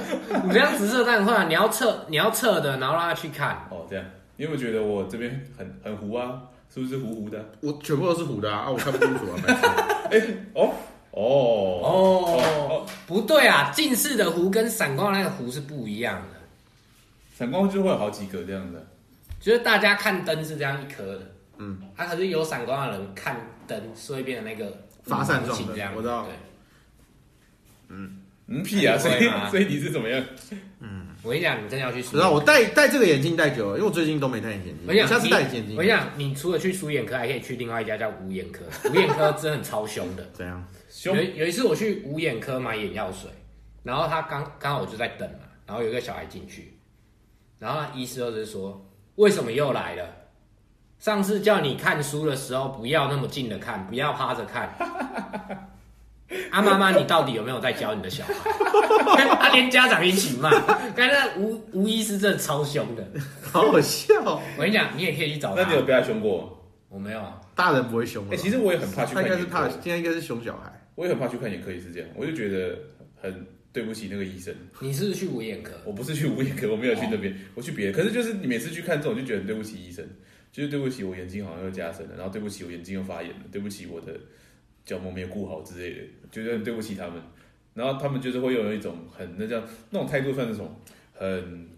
[SPEAKER 2] 你这样直射当然会啊。你要测，你要测的，然后让他去看。
[SPEAKER 1] 哦这样，你有没有觉得我这边很很糊啊？是不是糊糊的？
[SPEAKER 3] 我全部都是糊的啊，啊我看不清楚啊，白痴
[SPEAKER 1] 哎、哦哦
[SPEAKER 2] 哦，不对啊，近视的弧跟散光的那个弧是不一样的，
[SPEAKER 1] 闪光就会有好几个这样的，
[SPEAKER 2] 就是大家看灯是这样一颗的，嗯，啊，可是有散光的人看灯是会变成那个
[SPEAKER 3] 发散状的
[SPEAKER 2] 弧形这样，
[SPEAKER 3] 我知道
[SPEAKER 2] 对
[SPEAKER 1] 嗯屁啊！所
[SPEAKER 2] 很
[SPEAKER 1] 以
[SPEAKER 2] 贵吗
[SPEAKER 1] 所以你是怎么样？
[SPEAKER 2] 我跟你讲，你真的要去
[SPEAKER 3] 不
[SPEAKER 2] 输
[SPEAKER 3] 知道我戴戴这个眼镜戴久了，因为我最近都没戴眼镜，
[SPEAKER 2] 我跟你
[SPEAKER 3] 我
[SPEAKER 2] 讲，
[SPEAKER 3] 下次
[SPEAKER 2] 你
[SPEAKER 3] 戴眼镜
[SPEAKER 2] 我。跟你讲，你除了去鼠眼科，还可以去另外一家叫无眼科。无眼科真的很超凶的。
[SPEAKER 3] 怎样？
[SPEAKER 1] 凶
[SPEAKER 2] 有有一次我去无眼科买眼药水，然后他刚刚好我就在等嘛，然后有一个小孩进去，然后那医师就是说，为什么又来了？上次叫你看书的时候不要那么近的看，不要趴着看。啊妈妈，你到底有没有在教你的小孩？ 他连家长一起骂，刚才吴吴医师真的超凶的。
[SPEAKER 3] 好好笑哦，
[SPEAKER 2] 我跟你讲，你也可以去找他。
[SPEAKER 1] 那你有被他凶过吗？
[SPEAKER 2] 我没有啊，
[SPEAKER 3] 大人不会凶
[SPEAKER 1] 哎、
[SPEAKER 3] 的吧。
[SPEAKER 1] 其实我也很怕去
[SPEAKER 3] 他
[SPEAKER 1] 看
[SPEAKER 3] 应该
[SPEAKER 1] 眼
[SPEAKER 3] 是怕，
[SPEAKER 1] 科，
[SPEAKER 3] 现在应该是凶小孩。
[SPEAKER 1] 我也很怕去看眼科也是这样，我就觉得很对不起那个医生。
[SPEAKER 2] 你是不是去无眼科？
[SPEAKER 1] 我不是去无眼科，我没有去那边，
[SPEAKER 3] 哦
[SPEAKER 1] 我去别的。可是就是你每次去看这种，就觉得很对不起医生，就是对不起我眼睛好像又加深了，然后对不起我眼睛又发炎了，对不起我的角膜没有顾好之类的，觉得很对不起他们。然后他们就是会有一种很那叫那种态度，算是什么？很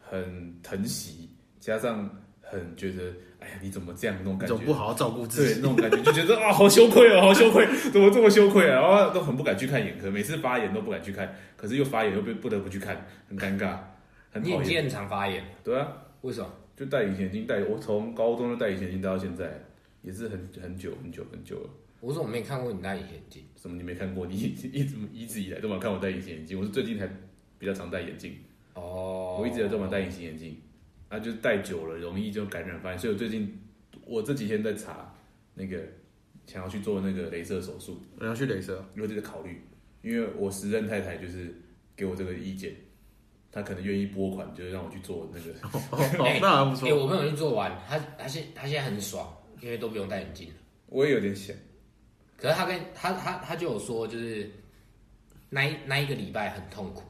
[SPEAKER 1] 很疼惜，加上很觉得哎呀你怎么这样那种
[SPEAKER 3] 你
[SPEAKER 1] 感
[SPEAKER 3] 怎
[SPEAKER 1] 觉
[SPEAKER 3] 么，不好好照顾自
[SPEAKER 1] 对
[SPEAKER 3] 己？
[SPEAKER 1] 那种感觉就觉得啊好羞愧哦，好羞愧，怎么这么羞愧啊？然后都很不敢去看眼科，每次发炎都不敢去看，可是又发炎又被不得不去看，很尴尬，很
[SPEAKER 2] 你
[SPEAKER 1] 讨
[SPEAKER 2] 眼睛
[SPEAKER 1] 厌。
[SPEAKER 2] 很常发炎，
[SPEAKER 1] 对啊，
[SPEAKER 2] 为什么？
[SPEAKER 1] 就戴隐形眼镜戴，我从高中就戴隐形眼镜戴到现在，也是很很久很久很久了。
[SPEAKER 2] 我说我没看过你戴隐形眼镜，
[SPEAKER 1] 什么你没看过？你一直一直一直以来都没看我戴隐形眼镜，我是最近才比较常戴眼镜。
[SPEAKER 2] 哦
[SPEAKER 1] 我一直有这么戴隐形眼镜，啊，就是戴久了容易就感染发炎，所以我最近我这几天在查那个想要去做那个镭射手术，
[SPEAKER 3] 我要去镭射，
[SPEAKER 1] 我就在考虑，因为我时任太太就是给我这个意见，她可能愿意拨款，就是让我去做那个，
[SPEAKER 3] 哦哦那还不
[SPEAKER 2] 哎，
[SPEAKER 3] 错。
[SPEAKER 2] 我朋友去做完，他他现他现在很爽，因为都不用戴眼镜了。
[SPEAKER 1] 我也有点想，
[SPEAKER 2] 可是他跟他他他就有说，就是那一那一个礼拜很痛苦。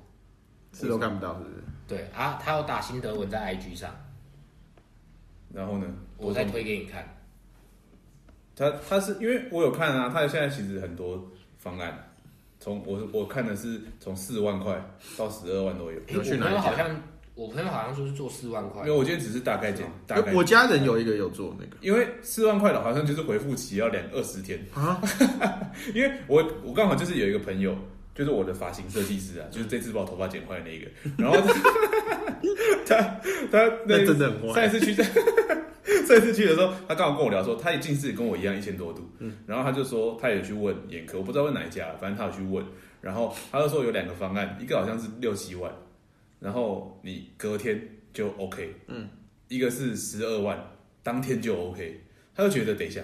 [SPEAKER 3] 字都看不到，是不是？
[SPEAKER 2] 对啊，他有打新德文在 IG 上，
[SPEAKER 1] 然后呢，
[SPEAKER 2] 我再推给你看。
[SPEAKER 1] 他他是因为我有看啊，他现在其实很多方案，从我我看的是从四万块到十二万都有，
[SPEAKER 2] 哎
[SPEAKER 3] 有
[SPEAKER 2] 我
[SPEAKER 3] 去哪
[SPEAKER 2] 朋
[SPEAKER 3] 一
[SPEAKER 2] 友
[SPEAKER 3] 家
[SPEAKER 2] 好像我朋友好像说是做四万块
[SPEAKER 1] 因为，我今天只是大概简大概
[SPEAKER 3] 哎我。家人有一个有做那个
[SPEAKER 1] 因为四万块的好像就是回复期要两二十天，
[SPEAKER 3] 啊，
[SPEAKER 1] 因为我我刚好就是有一个朋友，就是我的发型设计师啊，就是这次把我头发剪坏的那一个，然后 他他他
[SPEAKER 3] 那真的很
[SPEAKER 1] 上
[SPEAKER 3] 坏。
[SPEAKER 1] 一次去 上一次去的时候，他刚好跟我聊说，他也近视跟我一样一千多度，然后他就说他也去问眼科，我不知道问哪一家，反正他有去问，然后他就说有两个方案，一个好像是六七万，然后你隔天就 OK，嗯，一个是十二万，当天就 OK，他就觉得等一下，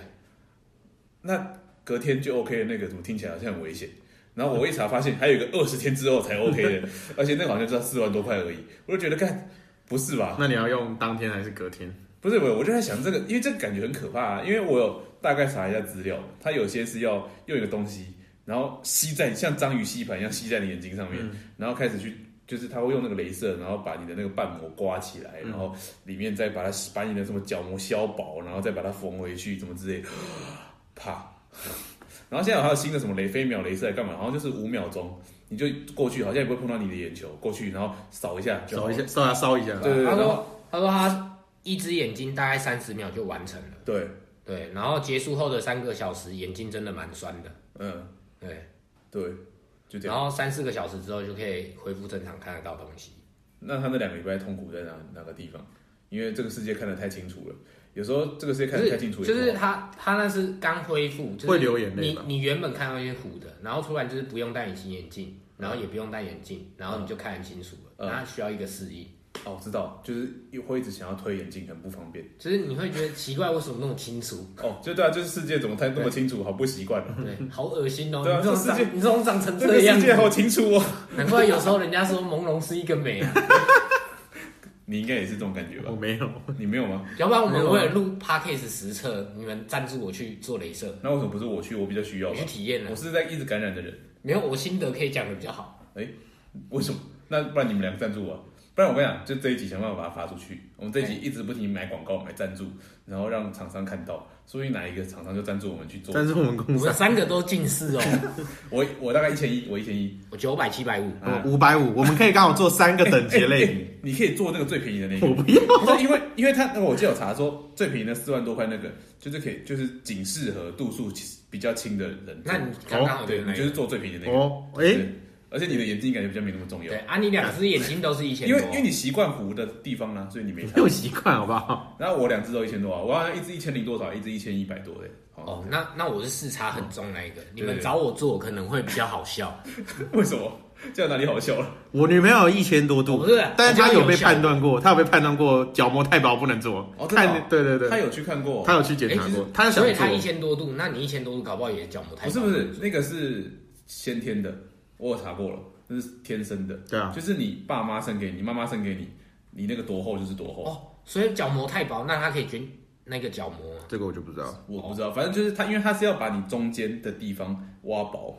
[SPEAKER 1] 那隔天就 OK 的那个怎么听起来好像很危险？然后我一查发现还有一个二十天之后才 OK 的，而且那个好像就要四万多块而已，我就觉得干不是吧？
[SPEAKER 3] 那你要用当天还是隔天？
[SPEAKER 1] 不是，我我就在想这个，因为这个感觉很可怕啊。因为我有大概查一下资料，它有些是要用一个东西，然后吸在像章鱼吸盘一样吸在你眼睛上面，
[SPEAKER 3] 嗯
[SPEAKER 1] 然后开始去，就是它会用那个镭射，然后把你的那个瓣膜刮起来，然后里面再把它把你的什么角膜削薄，然后再把它缝回去，怎么之 类，怕。然后现在还有新的什么雷飞秒镭射来干嘛？好像就是五秒钟，你就过去，好像也不会碰到你的眼球，过去然后扫一下就好
[SPEAKER 3] 烧一下，烧一下，烧一下。
[SPEAKER 1] 对对对
[SPEAKER 2] 他
[SPEAKER 1] 然
[SPEAKER 2] 说他说他一只眼睛大概三十秒就完成了，
[SPEAKER 1] 对，
[SPEAKER 2] 对，然后结束后的三个小时眼睛真的蛮酸的，
[SPEAKER 1] 嗯，
[SPEAKER 2] 对。
[SPEAKER 1] 对，就这样
[SPEAKER 2] 然。后三四个小时之后就可以恢复正常看得到东西。
[SPEAKER 1] 那他那两个礼拜痛苦在哪哪个地方？因为这个世界看得太清楚了，有时候这个世界看得太清楚也
[SPEAKER 2] 就
[SPEAKER 1] 不好
[SPEAKER 2] 是他他那是刚恢复，就是
[SPEAKER 3] 会流眼泪
[SPEAKER 2] 你
[SPEAKER 3] 吧
[SPEAKER 2] 你原本看到一些糊的，然后突然就是不用戴隐形眼镜，然后也不用戴眼镜，然后你就看得清楚了。
[SPEAKER 1] 嗯
[SPEAKER 2] 然后需要一个适应，
[SPEAKER 1] 哦，知道，就是会一直想要推眼镜，很不方便。
[SPEAKER 2] 就是你会觉得奇怪，为什么那么清楚？
[SPEAKER 1] 哦，就对啊，就是世界怎么看那么清楚，好不习 惯。
[SPEAKER 2] 对，好恶心哦！
[SPEAKER 1] 对啊
[SPEAKER 2] 你这种
[SPEAKER 1] 这世界
[SPEAKER 2] 长你这种长成
[SPEAKER 1] 这
[SPEAKER 2] 这
[SPEAKER 1] 个
[SPEAKER 2] 样
[SPEAKER 1] 世
[SPEAKER 2] 子
[SPEAKER 1] 界，好清楚哦，
[SPEAKER 2] 难怪有时候人家说朦胧是一个美啊。
[SPEAKER 1] 你应该也是这种感觉吧
[SPEAKER 3] 我？没有，
[SPEAKER 1] 你没有吗？
[SPEAKER 2] 要不然我
[SPEAKER 3] 没
[SPEAKER 2] 们
[SPEAKER 3] 有啊
[SPEAKER 2] 为了录 podcast 实测，你们赞助我去做镭射，
[SPEAKER 1] 那为什么不是我去？我比较需要
[SPEAKER 2] 我
[SPEAKER 1] 吧
[SPEAKER 2] 去。体验了
[SPEAKER 1] 我。是在一直感染的人，
[SPEAKER 2] 没有，我心得可以讲的比较好。
[SPEAKER 1] 为什么？那不然你们俩赞助我啊？不然我跟你讲，就这一集想办法把它发出去。我们这一集一直不停买广告、买赞助，然后让厂商看到，说不定哪一个厂商就赞助我们去做。
[SPEAKER 3] 但是我们
[SPEAKER 2] 我
[SPEAKER 3] 公司
[SPEAKER 2] 们三个都近视 哦，
[SPEAKER 1] 我我大概一千一，我一千一。
[SPEAKER 2] 我九百七百五，
[SPEAKER 1] 啊
[SPEAKER 3] 哦五百五，我们可以刚好做三个等级 类
[SPEAKER 1] 哎
[SPEAKER 3] 比。
[SPEAKER 1] 哎你可以做那个最便宜的那个。
[SPEAKER 3] 我不要，
[SPEAKER 1] 不是因为，因为他那个我记得有查说，最便宜的四万多块那个，就是可以，就是仅适合度数其实比较轻的人。
[SPEAKER 2] 那你刚刚好
[SPEAKER 1] 哦对，
[SPEAKER 2] 就
[SPEAKER 1] 你
[SPEAKER 2] 那
[SPEAKER 1] 就是
[SPEAKER 2] 个。
[SPEAKER 1] 做最便宜的那个。
[SPEAKER 3] 哦，
[SPEAKER 1] 对
[SPEAKER 3] 哎，
[SPEAKER 1] 而且你的眼睛感觉比较没那么重要
[SPEAKER 2] 对，啊，你两只眼睛都是一千
[SPEAKER 1] 因
[SPEAKER 2] 多
[SPEAKER 1] 为，因为你习惯糊的地方啦、所以你 没差。
[SPEAKER 3] 又习惯好不好？
[SPEAKER 1] 然后我两只都一千多啊，我好像一只一千零多少，一只一千一百多的。
[SPEAKER 2] 哦
[SPEAKER 1] 哦，，
[SPEAKER 2] 那那我是视差很重那一个，你们
[SPEAKER 1] 对
[SPEAKER 2] 找我做可能会比较好 笑，
[SPEAKER 1] 为什么？ 这样哪里好笑了？
[SPEAKER 3] 我女朋友一千多度
[SPEAKER 2] 哦不是，
[SPEAKER 3] 但是她
[SPEAKER 2] 我怕
[SPEAKER 3] 有被
[SPEAKER 2] 有效
[SPEAKER 3] 判断过，她有被判断过角膜太薄不能做
[SPEAKER 1] 哦。真的哦
[SPEAKER 3] 看，对对
[SPEAKER 1] 他
[SPEAKER 3] 对，
[SPEAKER 1] 有去看过？
[SPEAKER 3] 她有去检查
[SPEAKER 2] 诶
[SPEAKER 3] 过，她想
[SPEAKER 2] 所以
[SPEAKER 3] 做
[SPEAKER 2] 他。一千多度，那你一千多度搞不好也角膜太
[SPEAKER 1] 不是不是，那个是先天的，我有查过了，那是天生的。
[SPEAKER 3] 对啊，
[SPEAKER 1] 就是你爸妈生给你，妈妈生给你，你那个多厚就是多厚。
[SPEAKER 2] 哦，所以角膜太薄，那他可以捐那个角膜啊吗
[SPEAKER 3] 这个我就不知道。
[SPEAKER 1] 我不知道，反正就是它，因为它是要把你中间的地方挖薄，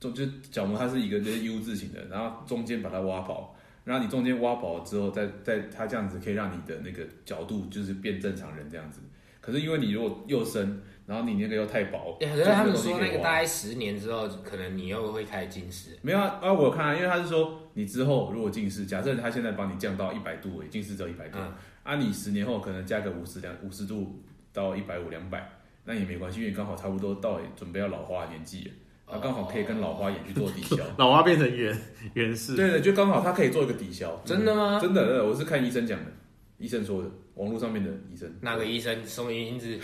[SPEAKER 1] 就就是角膜它是一个就是 U 字形的，然后中间把它挖薄，然后你中间挖薄之后，再再它这样子可以让你的那个角度就是变正常人这样子。可是因为你如果又深，然后你那个又太薄，
[SPEAKER 2] 欸可是他们说
[SPEAKER 1] 就没有东西
[SPEAKER 2] 那
[SPEAKER 1] 可以
[SPEAKER 2] 个
[SPEAKER 1] 挖
[SPEAKER 2] 大概十年之后，可能你又会开始近视。
[SPEAKER 1] 没有啊啊，我有看啊，因为他是说你之后如果近视，假设他现在帮你降到一百度而已，近视只有一百度，
[SPEAKER 2] 嗯
[SPEAKER 1] 啊，你十年后可能加个五十两五十度到一百五两百，那也没关系，因为刚好差不多到准备要老花的年纪了，啊，刚好可以跟
[SPEAKER 2] 哦
[SPEAKER 1] 老花眼去做抵消。
[SPEAKER 3] 老花变成原原氏，
[SPEAKER 1] 对啊的，就刚好他可以做一个抵消，
[SPEAKER 2] 真的吗？
[SPEAKER 1] 真的，真的，我是看医生讲的，医生说的，网络上面的医生，
[SPEAKER 2] 哪个医生？松原英子，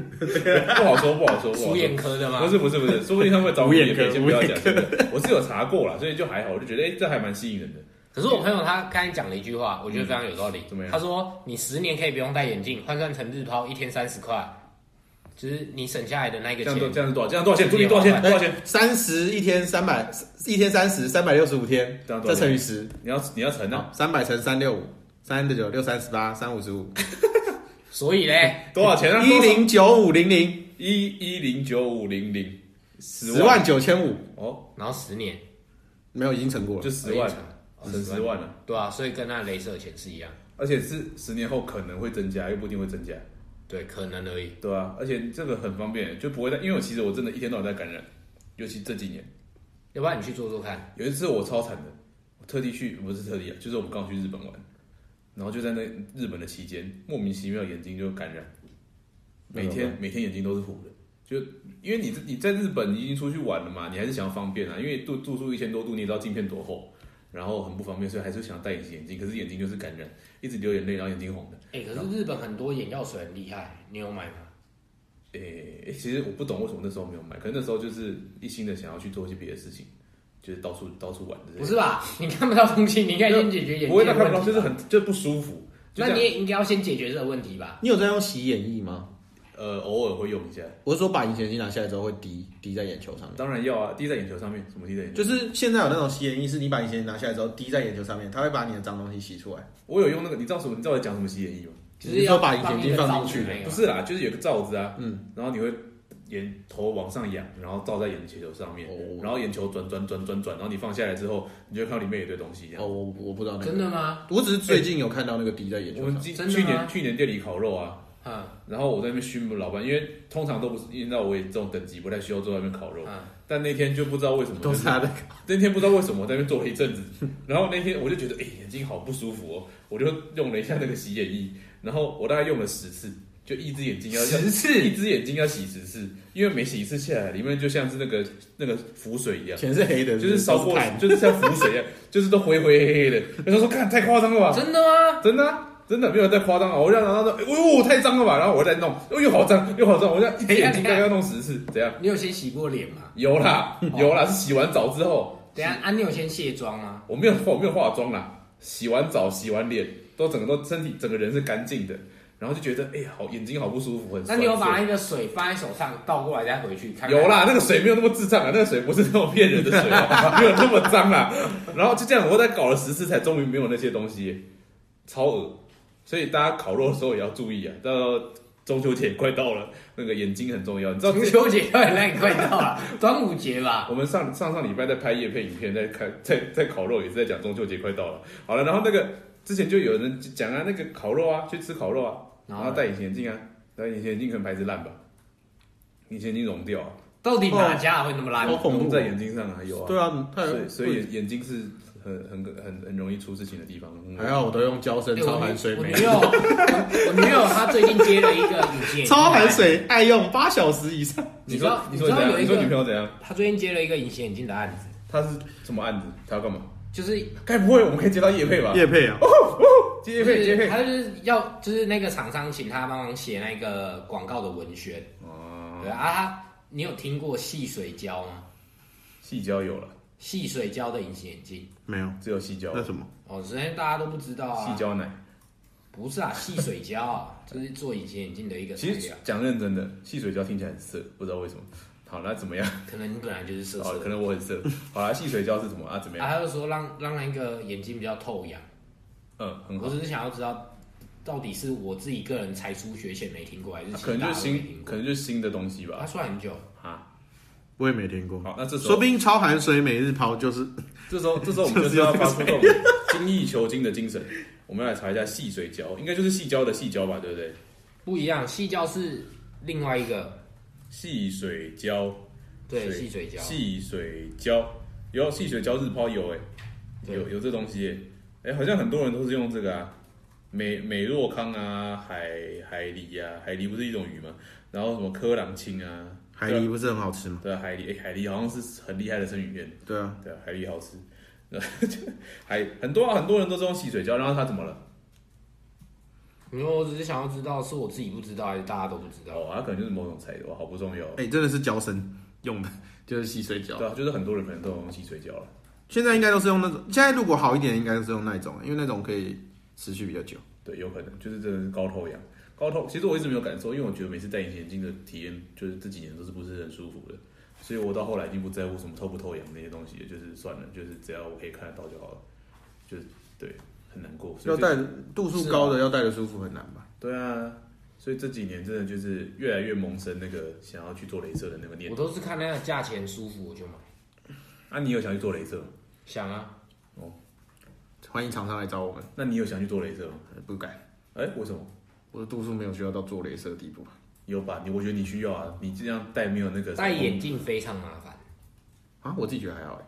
[SPEAKER 1] 不好说，不好说，不好
[SPEAKER 2] 输
[SPEAKER 1] 说。
[SPEAKER 2] 眼科的吗
[SPEAKER 1] 不？是不是不是，说不定他们会找我
[SPEAKER 3] 无眼
[SPEAKER 1] 也
[SPEAKER 3] 科
[SPEAKER 1] 可以先不要
[SPEAKER 3] 无眼
[SPEAKER 1] 讲这个。我是有查过啦，所以就还好，我就觉得哎、这还蛮吸引人的。
[SPEAKER 2] 可是我朋友他刚才讲了一句话，我觉得非常有道理。
[SPEAKER 1] 嗯怎么样
[SPEAKER 2] 他说你十年可以不用戴眼镜，换算成日抛一天三十块，就是你省下来的那个
[SPEAKER 1] 这样多
[SPEAKER 2] 钱。
[SPEAKER 1] 这样是多少？这样多少钱？助理多少钱？
[SPEAKER 3] 哎
[SPEAKER 1] 多少钱？
[SPEAKER 3] 三十一天三百，一天三十，三百六十五天，
[SPEAKER 1] 这样多
[SPEAKER 3] 再
[SPEAKER 1] 少钱
[SPEAKER 3] 乘以十，
[SPEAKER 1] 你要你要乘啊，
[SPEAKER 3] 好，三百乘三六五，三六九六三十八，三五十五，
[SPEAKER 2] 所以嘞，
[SPEAKER 1] 哎多少钱啊？
[SPEAKER 3] 一零九五零零，
[SPEAKER 1] 一一零九五零零，十
[SPEAKER 3] 十万九千五，
[SPEAKER 1] 哦，
[SPEAKER 2] 然后十年
[SPEAKER 3] 没有已经成过了
[SPEAKER 1] 就。十万，
[SPEAKER 2] 哦
[SPEAKER 1] 省十万了，
[SPEAKER 2] 对啊，所以跟那镭射钱是一样，
[SPEAKER 1] 而且是十年后可能会增加，又不一定会增加，
[SPEAKER 2] 对，可能而已。
[SPEAKER 1] 对啊，而且这个很方便，就不会再，因为我其实我真的一天到晚在感染，尤其这几年，
[SPEAKER 2] 要不然你去做做看，
[SPEAKER 1] 有一次我超惨的，我特地去不是特地啊，就是我们刚好去日本玩，然后就在那日本的期间，莫名其妙眼睛就感染，每
[SPEAKER 3] 那怎么
[SPEAKER 1] 天每天眼睛都是糊的，就因为你你在日本你已经出去玩了嘛，你还是想要方便啊，因为度度数一千多度，你也知道镜片多厚，然后很不方便，所以还是想戴隐形眼镜，可是眼睛就是感染，一直流眼泪，然后眼睛红的。
[SPEAKER 2] 哎、可是日本很多眼药水很厉害，你有买吗？
[SPEAKER 1] 诶、诶其实我不懂为什么那时候没有买，可能那时候就是一心的想要去做一些别的事情，就是到处到处玩的。
[SPEAKER 2] 不是吧？你看不到东西，你应该先解决眼睛
[SPEAKER 1] 不会那
[SPEAKER 2] 的
[SPEAKER 1] 看不
[SPEAKER 2] 问
[SPEAKER 1] 到，
[SPEAKER 2] 题
[SPEAKER 1] 就是
[SPEAKER 2] 吧
[SPEAKER 1] 很就不舒服。就这
[SPEAKER 2] 那
[SPEAKER 1] 样
[SPEAKER 2] 你也应该要先解决这个问题吧？
[SPEAKER 3] 你有在用洗眼液吗？
[SPEAKER 1] 呃，偶尔会用一下，
[SPEAKER 3] 我是说把隐形眼镜拿下来之后会滴滴在眼球上面，
[SPEAKER 1] 当然要啊，滴在眼球上面，什么滴在眼球？
[SPEAKER 3] 就是现在有那种洗眼液，是你把隐形眼镜拿下来之后滴在眼球上面，它会把你的脏东西洗出来。
[SPEAKER 1] 我有用那个，你知道什么？你知道我在讲什么洗眼液吗？
[SPEAKER 2] 就是要
[SPEAKER 3] 你说把眼睛放进去
[SPEAKER 2] 放一个罩子那个
[SPEAKER 1] 不是啦，就是有个罩子啊，
[SPEAKER 3] 啊嗯，
[SPEAKER 1] 然后你会眼头往上仰，然后罩在眼球上面，
[SPEAKER 3] 哦
[SPEAKER 1] 然后眼球转转转转转，然后你放下来之后，你就会看到里面有一堆东西。这啊样
[SPEAKER 3] 哦，我我不知道那
[SPEAKER 2] 真
[SPEAKER 3] 个，
[SPEAKER 2] 的吗？
[SPEAKER 3] 我只是最近有看到那个滴在眼球
[SPEAKER 1] 我们
[SPEAKER 3] 上。啊
[SPEAKER 1] 今
[SPEAKER 2] 真的吗
[SPEAKER 1] 去年去年店里烤肉啊，
[SPEAKER 2] 嗯
[SPEAKER 1] 然后我在那边熏老半，因为通常都不是，因为我也这种等级不太需要坐在那边烤肉，
[SPEAKER 2] 嗯，
[SPEAKER 1] 但那天就不知道为什么，
[SPEAKER 3] 都
[SPEAKER 1] 就是
[SPEAKER 3] 他的，
[SPEAKER 1] 那天不知道为什么我在那边坐了一阵子，然后那天我就觉得哎、眼睛好不舒服哦，我就用了一下那个洗眼液，然后我大概用了十次，就一只眼睛要
[SPEAKER 2] 十次
[SPEAKER 1] 一只眼睛要洗十次，因为每洗一次下来，里面就像是那个那个浮水一样，
[SPEAKER 3] 全是黑的，
[SPEAKER 1] 就是烧过
[SPEAKER 3] 炭，
[SPEAKER 1] 就是像浮水一样，就是都灰灰黑黑的。然后说看太夸张了吧，
[SPEAKER 2] 真的吗？
[SPEAKER 1] 真的啊、真的没有太夸张啊！我让然后说，哎呦、太脏了吧，然后我再弄，哎呦好脏又好脏，我这样一只眼睛大概要弄十次，怎样？
[SPEAKER 2] 你有先洗过脸吗？
[SPEAKER 1] 有啦有啦，是洗完澡之后。
[SPEAKER 2] 等一下啊，你有先卸妆吗？
[SPEAKER 1] 我没有化，我没有化妆啦，洗完澡、洗完脸，都整个都身体整个人是干净的，然后就觉得哎、呀，好眼睛好不舒服，很
[SPEAKER 2] 那
[SPEAKER 1] 酸
[SPEAKER 2] 你有把
[SPEAKER 1] 涩
[SPEAKER 2] 那个水放在手上倒过来再回去看看？
[SPEAKER 1] 有啦，那个水没有那么智障啊，那个水不是那种骗人的水、 啊，没有那么脏啦。然后就这样，我在搞了十次才终于没有那些东西，超恶。所以大家烤肉的时候也要注意啊，到时候中秋节快到了，那个眼睛很重要。你知道
[SPEAKER 2] 中秋节快那你快 到了，端午节吧。
[SPEAKER 1] 我们上上上礼拜在拍夜配影片，在看 在在烤肉，也是在讲中秋节快到了。好了，然后那个之前就有人讲啊，那个烤肉啊，去吃烤肉啊，然
[SPEAKER 2] 然
[SPEAKER 1] 后
[SPEAKER 2] 后
[SPEAKER 1] 戴隐形眼镜啊，然后隐形眼镜可能牌子烂吧，隐形眼镜融掉啊，
[SPEAKER 2] 到底哪家会那么烂
[SPEAKER 3] 哦？恐怖哦
[SPEAKER 1] 蒙在眼睛上啊，有啊，
[SPEAKER 3] 对啊，太
[SPEAKER 1] 所以所以眼眼睛是很很很很容易出事情的地方。嗯
[SPEAKER 3] 还好我都用胶身
[SPEAKER 2] 哎
[SPEAKER 3] 超
[SPEAKER 2] 我
[SPEAKER 3] 含
[SPEAKER 2] 女
[SPEAKER 3] 水
[SPEAKER 2] 我
[SPEAKER 3] 酶
[SPEAKER 2] 女，友，我我女友她最近接了一个隐形眼镜，
[SPEAKER 3] 超含，水爱用八小时以上。
[SPEAKER 2] 你知
[SPEAKER 1] 说
[SPEAKER 2] 道
[SPEAKER 1] 你
[SPEAKER 2] 你
[SPEAKER 1] 说
[SPEAKER 2] 知道
[SPEAKER 1] 怎样？
[SPEAKER 2] 有一
[SPEAKER 1] 你
[SPEAKER 2] 个
[SPEAKER 1] 说女朋友怎样？
[SPEAKER 2] 她最近接了一个隐形眼镜的案子，
[SPEAKER 1] 她是什么案子？她要干嘛？
[SPEAKER 2] 就是
[SPEAKER 1] 该不会我们可以接到叶配吧？
[SPEAKER 3] 叶配啊，
[SPEAKER 1] 接叶配接叶配。
[SPEAKER 2] 他就是要就是那个厂商请他帮忙写那个广告的文宣，
[SPEAKER 1] 哦，
[SPEAKER 2] 对啊，他你有听过细水胶吗？
[SPEAKER 1] 细胶有了，
[SPEAKER 2] 细水胶的隐形眼镜
[SPEAKER 3] 没有，
[SPEAKER 1] 只有细胶，
[SPEAKER 3] 那什么？
[SPEAKER 2] 哦，之前大家都不知道啊，
[SPEAKER 1] 细胶奶。
[SPEAKER 2] 不是啊，细水胶啊，就是做隐形眼镜的一个材
[SPEAKER 1] 其实
[SPEAKER 2] 料，
[SPEAKER 1] 讲认真的，细水胶听起来很色，不知道为什么。好，那怎么样？
[SPEAKER 2] 可能你本来就是色
[SPEAKER 1] 好，
[SPEAKER 2] 色
[SPEAKER 1] 哦可
[SPEAKER 2] 的。
[SPEAKER 1] 能我很色。好啦，细水胶是什么啊？怎么
[SPEAKER 2] 啊，
[SPEAKER 1] 样？
[SPEAKER 2] 他就说让让那个眼睛比较透氧，
[SPEAKER 1] 嗯，很好
[SPEAKER 2] 我。只是想要知道，到底是我自己个人才疏学浅没听过，还
[SPEAKER 1] 啊
[SPEAKER 2] 是其
[SPEAKER 1] 可能就
[SPEAKER 2] 他人都没
[SPEAKER 1] 新
[SPEAKER 2] 听，过？
[SPEAKER 1] 可能就新的东西
[SPEAKER 2] 他
[SPEAKER 1] 吧。
[SPEAKER 2] 算很久，
[SPEAKER 1] 啊，
[SPEAKER 3] 我也没听过。
[SPEAKER 1] 好，那这时
[SPEAKER 3] 说
[SPEAKER 1] 候
[SPEAKER 3] 不，定超含水每日抛就是
[SPEAKER 1] 这时候，这时候我们就是要发出这种 精益求精的精神。我们要来查一下细水胶，应该就是细胶的细胶吧，对不对？
[SPEAKER 2] 不一样。细胶是另外一个，
[SPEAKER 1] 细水胶，
[SPEAKER 2] 对，
[SPEAKER 1] 水
[SPEAKER 2] 细水胶。
[SPEAKER 1] 细水胶有细水胶日抛有哎、
[SPEAKER 2] 对
[SPEAKER 1] 有有这东西哎、哎好像很多人都是用这个啊，美美若康啊，海海狸啊，海狸不是一种鱼吗？然后什么科朗青啊，
[SPEAKER 3] 海狸不是很好吃吗？
[SPEAKER 1] 对啊海狸，哎、海狸好像是很厉害的生鱼片，
[SPEAKER 3] 对啊，
[SPEAKER 1] 对啊，海狸好吃， 海很多、啊、很多人都是用细水胶，然后它怎么了？
[SPEAKER 2] 因为我只是想要知道是我自己不知道，还是大家都不知道。
[SPEAKER 1] 哦，它可能就是某种材料，好不重要哦。
[SPEAKER 3] 哎、真的是胶身用的，就是细水胶
[SPEAKER 1] 对。啊，就是很多人可能都有用细水胶了。
[SPEAKER 3] 现在应该都是用那种，现在如果好一点，应该是用那种，因为那种可以持续比较久。
[SPEAKER 1] 对，有可能就是真的是高透氧。高透，其实我一直没有感受，因为我觉得每次戴隐形眼镜的体验，就是这几年都是不是很舒服的，所以我到后来已经不在乎什么透不透氧那些东西了，就是算了，就是只要我可以看得到就好了，就是对，很难过。所
[SPEAKER 3] 要
[SPEAKER 1] 以这
[SPEAKER 3] 戴度数高的，要戴的舒服很难吧？
[SPEAKER 1] 对啊，所以这几年真的就是越来越萌生那个想要去做镭射的那个念
[SPEAKER 2] 我
[SPEAKER 1] 头。
[SPEAKER 2] 都是看那个价钱舒服我就买。
[SPEAKER 1] 啊，你有想去做镭射吗？
[SPEAKER 2] 想啊，
[SPEAKER 3] 欢迎厂商来找我们，
[SPEAKER 1] 那你有想去做镭射吗？
[SPEAKER 3] 呃不敢，
[SPEAKER 1] 哎，为什么？
[SPEAKER 3] 我的度数没有需要到做镭射的地步。
[SPEAKER 1] 有吧？你我觉得你需要啊，你这样戴没有那个
[SPEAKER 2] 戴眼镜非常麻烦，
[SPEAKER 3] 啊，我自己觉得还好、欸，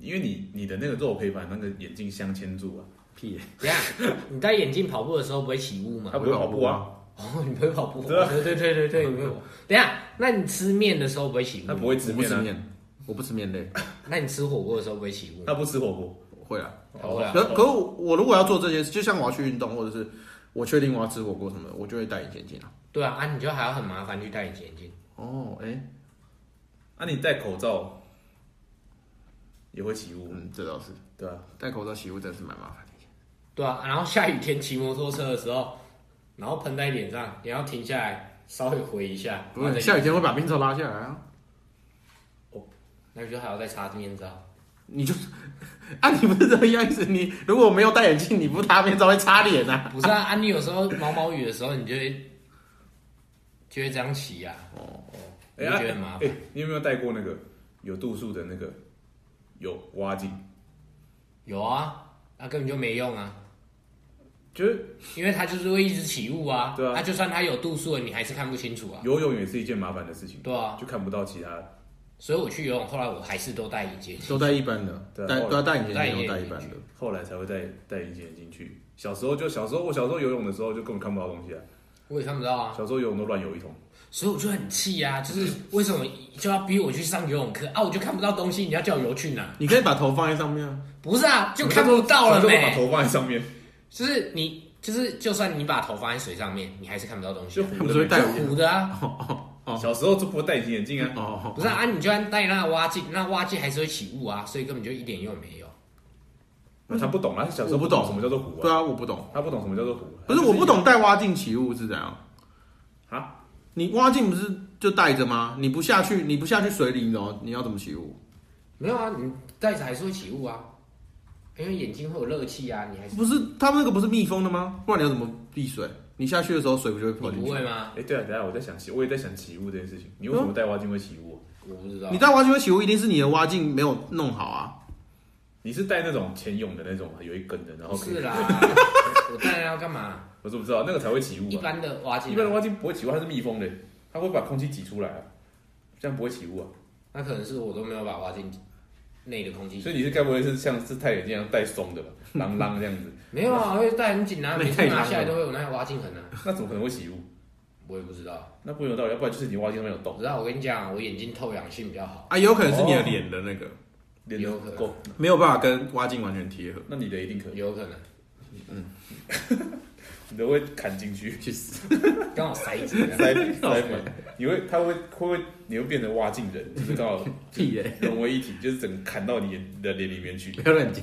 [SPEAKER 1] 因为你你的那个肉可以把那个眼镜镶嵌住啊，
[SPEAKER 3] 屁、欸，
[SPEAKER 2] 怎样？你戴眼镜跑步的时候不会起雾吗
[SPEAKER 1] 它？不会跑步啊。
[SPEAKER 2] 哦，你不会跑步。
[SPEAKER 1] 对啊
[SPEAKER 2] 对对对对对，你没有。等一下，那你吃面的时候不会起雾？
[SPEAKER 1] 他不。会吃
[SPEAKER 3] 我不
[SPEAKER 1] 面
[SPEAKER 3] 吃
[SPEAKER 1] 啊，
[SPEAKER 3] 面，我不吃面类，
[SPEAKER 2] 那你吃火锅的时候不会起雾？
[SPEAKER 1] 他不吃火锅，
[SPEAKER 3] 会啊。
[SPEAKER 2] 他会啊
[SPEAKER 3] 可可我我如果要做这些事，就像我要去运动，或者是我确定我要吃火锅什么的，我就会戴隐形眼镜啊。
[SPEAKER 2] 对啊，啊，你就还要很麻烦去戴隐形眼镜。
[SPEAKER 3] 哦，哎、
[SPEAKER 1] 啊，你戴口罩也会起雾，
[SPEAKER 3] 嗯，这倒是，
[SPEAKER 1] 对啊，
[SPEAKER 3] 戴口罩洗护真的是蛮麻烦的。
[SPEAKER 2] 对啊，然后下雨天骑摩托车的时候，然后喷在脸上，你要停下来稍微回一下。
[SPEAKER 3] 不是，
[SPEAKER 2] 然后再
[SPEAKER 3] 下雨天会把面罩拉下来啊。
[SPEAKER 2] 那你就还要再擦面罩。
[SPEAKER 3] 你就啊，你不是这个样子，你如果没有戴眼镜，你不搭面罩会擦脸啊。
[SPEAKER 2] 不是啊，啊，你有时候毛毛雨的时候，你就会就会这样骑啊。
[SPEAKER 3] 哦
[SPEAKER 2] 你
[SPEAKER 1] 哎
[SPEAKER 2] 会
[SPEAKER 1] 啊
[SPEAKER 2] 觉得很麻
[SPEAKER 1] 哎
[SPEAKER 2] 烦。
[SPEAKER 1] 你有没有戴过那个有度数的那个有挖镜？
[SPEAKER 2] 有啊，那、根本就没用啊，
[SPEAKER 1] 就是
[SPEAKER 2] 因为它就是会一直起雾啊。
[SPEAKER 1] 对啊
[SPEAKER 2] 它就算它有度数了，你还是看不清楚啊。
[SPEAKER 1] 游泳也是一件麻烦的事情，
[SPEAKER 2] 对啊，
[SPEAKER 1] 就看不到其他的。
[SPEAKER 2] 所以我去游泳，后来我还是都戴眼镜。
[SPEAKER 3] 都戴一般的，
[SPEAKER 1] 对啊
[SPEAKER 3] 戴
[SPEAKER 1] 我
[SPEAKER 3] 都要戴隐形镜，都哦戴一般的。
[SPEAKER 1] 后来才会戴戴隐形眼镜去。小时候就小时候，我小时候游泳的时候就根本看不到东西啊。
[SPEAKER 2] 我也看不到啊，
[SPEAKER 1] 小时候游泳都乱游一通，
[SPEAKER 2] 所以我就很气啊，就是为什么就要逼我去上游泳课啊？我就看不到东西，你要叫我游去哪？
[SPEAKER 3] 你可以把头放在上面啊，
[SPEAKER 2] 不是啊，就看不到了
[SPEAKER 1] 小时候把
[SPEAKER 2] 呗。
[SPEAKER 1] 头放在上面，
[SPEAKER 2] 就是你，就是就算你把头放在水上面，你还是看不到东西
[SPEAKER 1] 就
[SPEAKER 2] 啊、
[SPEAKER 1] 糊
[SPEAKER 3] 我
[SPEAKER 1] 的
[SPEAKER 3] 只会
[SPEAKER 1] 没
[SPEAKER 3] 戴
[SPEAKER 1] 看
[SPEAKER 3] 眼镜。
[SPEAKER 2] 糊的啊，
[SPEAKER 1] 到。小时候就不会戴隐形眼镜啊。
[SPEAKER 3] 哦，
[SPEAKER 2] 不是啊，啊你就算戴那蛙镜，那蛙镜还是会起雾啊，所以根本就一点用没有。
[SPEAKER 1] 他不懂啊，他小时候
[SPEAKER 3] 我不懂
[SPEAKER 1] 什么叫做糊
[SPEAKER 3] 对
[SPEAKER 1] 啊，
[SPEAKER 3] 啊，我不懂，
[SPEAKER 1] 他不懂什么叫做糊。
[SPEAKER 3] 不是我不懂戴蛙镜起雾是怎样
[SPEAKER 1] 啊。
[SPEAKER 3] 你蛙镜不是就戴着吗？你不下去，你不下去水里，你怎么你要怎么起雾？
[SPEAKER 2] 没有啊，你戴着还是会起雾啊，因为眼睛会有热气啊，你还是
[SPEAKER 3] 不是他们那个不是密封的吗？不然你要怎么避水？
[SPEAKER 4] 你下去的时候水不就会
[SPEAKER 2] 你
[SPEAKER 4] 跑进
[SPEAKER 2] 不
[SPEAKER 4] 去？
[SPEAKER 2] 会吗？
[SPEAKER 1] 哎，对啊，等一下我在想起，我也在想起雾这件事情。你为什
[SPEAKER 2] 嗯
[SPEAKER 1] 么带蛙镜会起雾啊？
[SPEAKER 2] 我不知道
[SPEAKER 4] 你。带蛙镜会起雾，一定是你的蛙镜没有弄好啊。
[SPEAKER 1] 你是带那种潜泳的那种吗？有一根的，然后
[SPEAKER 2] 不
[SPEAKER 1] 可以
[SPEAKER 2] 是 啦，我当然要干嘛？
[SPEAKER 1] 我怎么知道那个才会起雾
[SPEAKER 2] 一
[SPEAKER 1] 啊？
[SPEAKER 2] 般的挖进
[SPEAKER 1] 一般的蛙镜不会起雾，它是密封的，它会把空气挤出来啊，这样不会起雾啊。
[SPEAKER 2] 那可能是我都没有把挖进内的空气
[SPEAKER 1] 所。以你是该不会是像是太阳镜一样带松的吧，啷啷这样子？
[SPEAKER 2] 没有啊，会带很紧啊，
[SPEAKER 3] 那
[SPEAKER 2] 每
[SPEAKER 3] 也
[SPEAKER 2] 次
[SPEAKER 3] 太
[SPEAKER 2] 拿
[SPEAKER 3] 长
[SPEAKER 2] 下来
[SPEAKER 3] 了
[SPEAKER 2] 都会有那个挖进痕啊。
[SPEAKER 1] 那怎么可能会起雾？啊
[SPEAKER 2] 我也不知道，
[SPEAKER 1] 那不有道理，要不然就是你蛙镜上面有
[SPEAKER 2] 我
[SPEAKER 1] 洞，
[SPEAKER 2] 知道我跟你讲，我眼睛透氧性比较好。
[SPEAKER 4] 啊，也有可能是你的脸的那个、
[SPEAKER 1] 哦连得
[SPEAKER 2] 有可能
[SPEAKER 1] 够，
[SPEAKER 4] 没有办法跟蛙镜完全贴合，
[SPEAKER 1] 那你的一定可以，
[SPEAKER 2] 有可能
[SPEAKER 1] 你的会砍进去。
[SPEAKER 3] 去死！
[SPEAKER 2] 刚好塞子啊，
[SPEAKER 1] 塞塞满，你会，它会，会不会，你会变成蛙镜人，就是刚好
[SPEAKER 3] 屁耶、
[SPEAKER 1] 融为一体，就是整个砍到你眼你的脸里面去，
[SPEAKER 3] 不要 乱讲，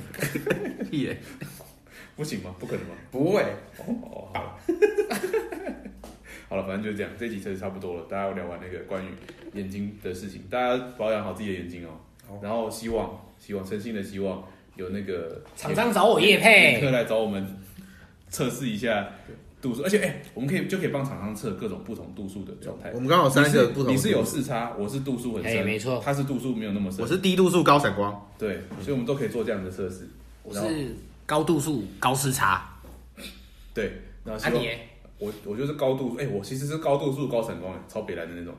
[SPEAKER 3] 屁耶、
[SPEAKER 1] 不行吗？不可能吗？
[SPEAKER 3] 不会。
[SPEAKER 1] 哦，好 了，好了，反正就是这样，这集车差不多了，大家聊完那个关于眼睛的事情，大家保养好自己的眼睛哦。然后希望，希望，诚心的希望有那个
[SPEAKER 2] 厂商哎找我叶配
[SPEAKER 1] 眼科。来找我们测试一下度数，而且哎、我们可以就可以帮厂商测各种不同度数的状态
[SPEAKER 4] 哦我。们刚好三个不同
[SPEAKER 1] 你是有视差，我是度数很深，
[SPEAKER 2] 哎没错
[SPEAKER 1] 他是度数没有那么深，
[SPEAKER 4] 我是嗯低度数高散光，
[SPEAKER 1] 对，所以我们都可以做这样的测试。
[SPEAKER 2] 我
[SPEAKER 1] 然后
[SPEAKER 2] 是高度数高视差，
[SPEAKER 1] 对，然后
[SPEAKER 2] 啊
[SPEAKER 1] 希望
[SPEAKER 2] 你耶
[SPEAKER 1] 我我就是高度，哎、我其实是高度数高闪光，哎超北蓝的那种。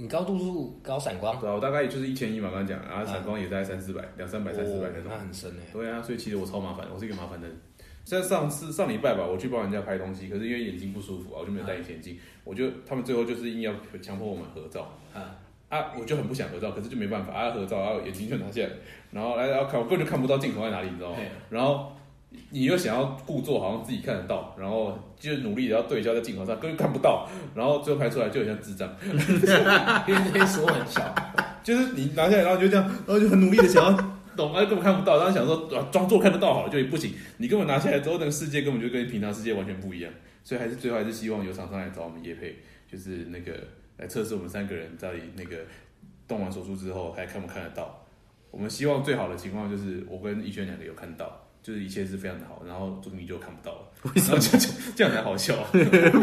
[SPEAKER 2] 你高度数高闪光，
[SPEAKER 1] 对啊，我大概也就是一千一嘛，刚刚讲，然后闪光也在三四百、两三百、三四百那种
[SPEAKER 2] 那。很深 哎。
[SPEAKER 1] 对啊，所以其实我超麻烦，我是一个麻烦的人。像上次上礼拜吧，我去帮人家拍东西，可是因为眼睛不舒服啊，我就没有戴隐形眼镜。我就他们最后就是硬要强迫我们合照
[SPEAKER 2] 啊
[SPEAKER 1] 啊，我就很不想合照，可是就没办法啊，合照啊，眼睛就拿下来，然后来然后看，我根本就看不到镜头在哪里，你知道吗
[SPEAKER 2] 嘿？
[SPEAKER 1] 然后你又想要故作好像自己看得到，然后就努力的要对焦在镜头上，根本看不到，然后最后拍出来就很像智障。
[SPEAKER 2] 因为这些锁很 小，
[SPEAKER 1] 就是你拿下来，然后你就这样，然后就很努力的想要懂，啊，根本看不到，然后想说啊装作看得到好了，就也不行。你根本拿下来之后，那个世界根本就跟平常世界完全不一样。所以还是最后还是希望有厂商来找我们叶配，就是那个来测试我们三个人到底那个动完手术之后还看不看得到。我们希望最好的情况就是我跟逸轩两个有看到，就是一切是非常的好，然后钟明就看不到了，为什么 就就这样才好笑？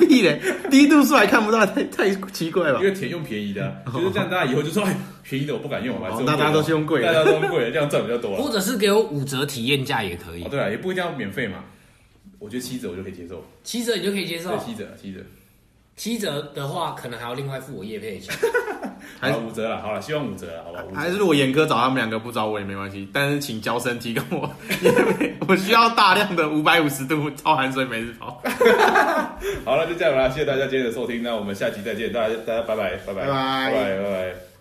[SPEAKER 4] 屁嘞，低度数还看不到，太太奇怪了
[SPEAKER 1] 因。为甜用便宜的啊、就是这样，大家以后就说哎便宜的我不敢用，我还是
[SPEAKER 4] 哦
[SPEAKER 1] 用
[SPEAKER 4] 那大家
[SPEAKER 1] 贵的
[SPEAKER 4] 都是用贵
[SPEAKER 1] 大
[SPEAKER 4] 的，
[SPEAKER 1] 家都用贵的，这样赚比较多了。啊
[SPEAKER 2] 或者是给我五折体验价也可以
[SPEAKER 1] 哦，，对啊，也不一定要免费嘛。我觉得七折我就可以接受，
[SPEAKER 2] 七折你就可以接受
[SPEAKER 1] 对，。七折，七折，
[SPEAKER 2] 七折的话，可能还要另外付我叶配的钱。
[SPEAKER 1] 好
[SPEAKER 4] 还是
[SPEAKER 1] 了，五折了，好了，希望五折了，好吧？五折
[SPEAKER 4] 还是如果严哥找他们两个不找我也没关系，但是请交生提供我， 因为我需要大量的五百五十度超含水每日跑。
[SPEAKER 1] 好了，就这样啦，谢谢大家今天的收听，那我们下期再见，大家大家拜拜，拜拜，
[SPEAKER 4] 拜拜
[SPEAKER 1] 拜拜，拜拜。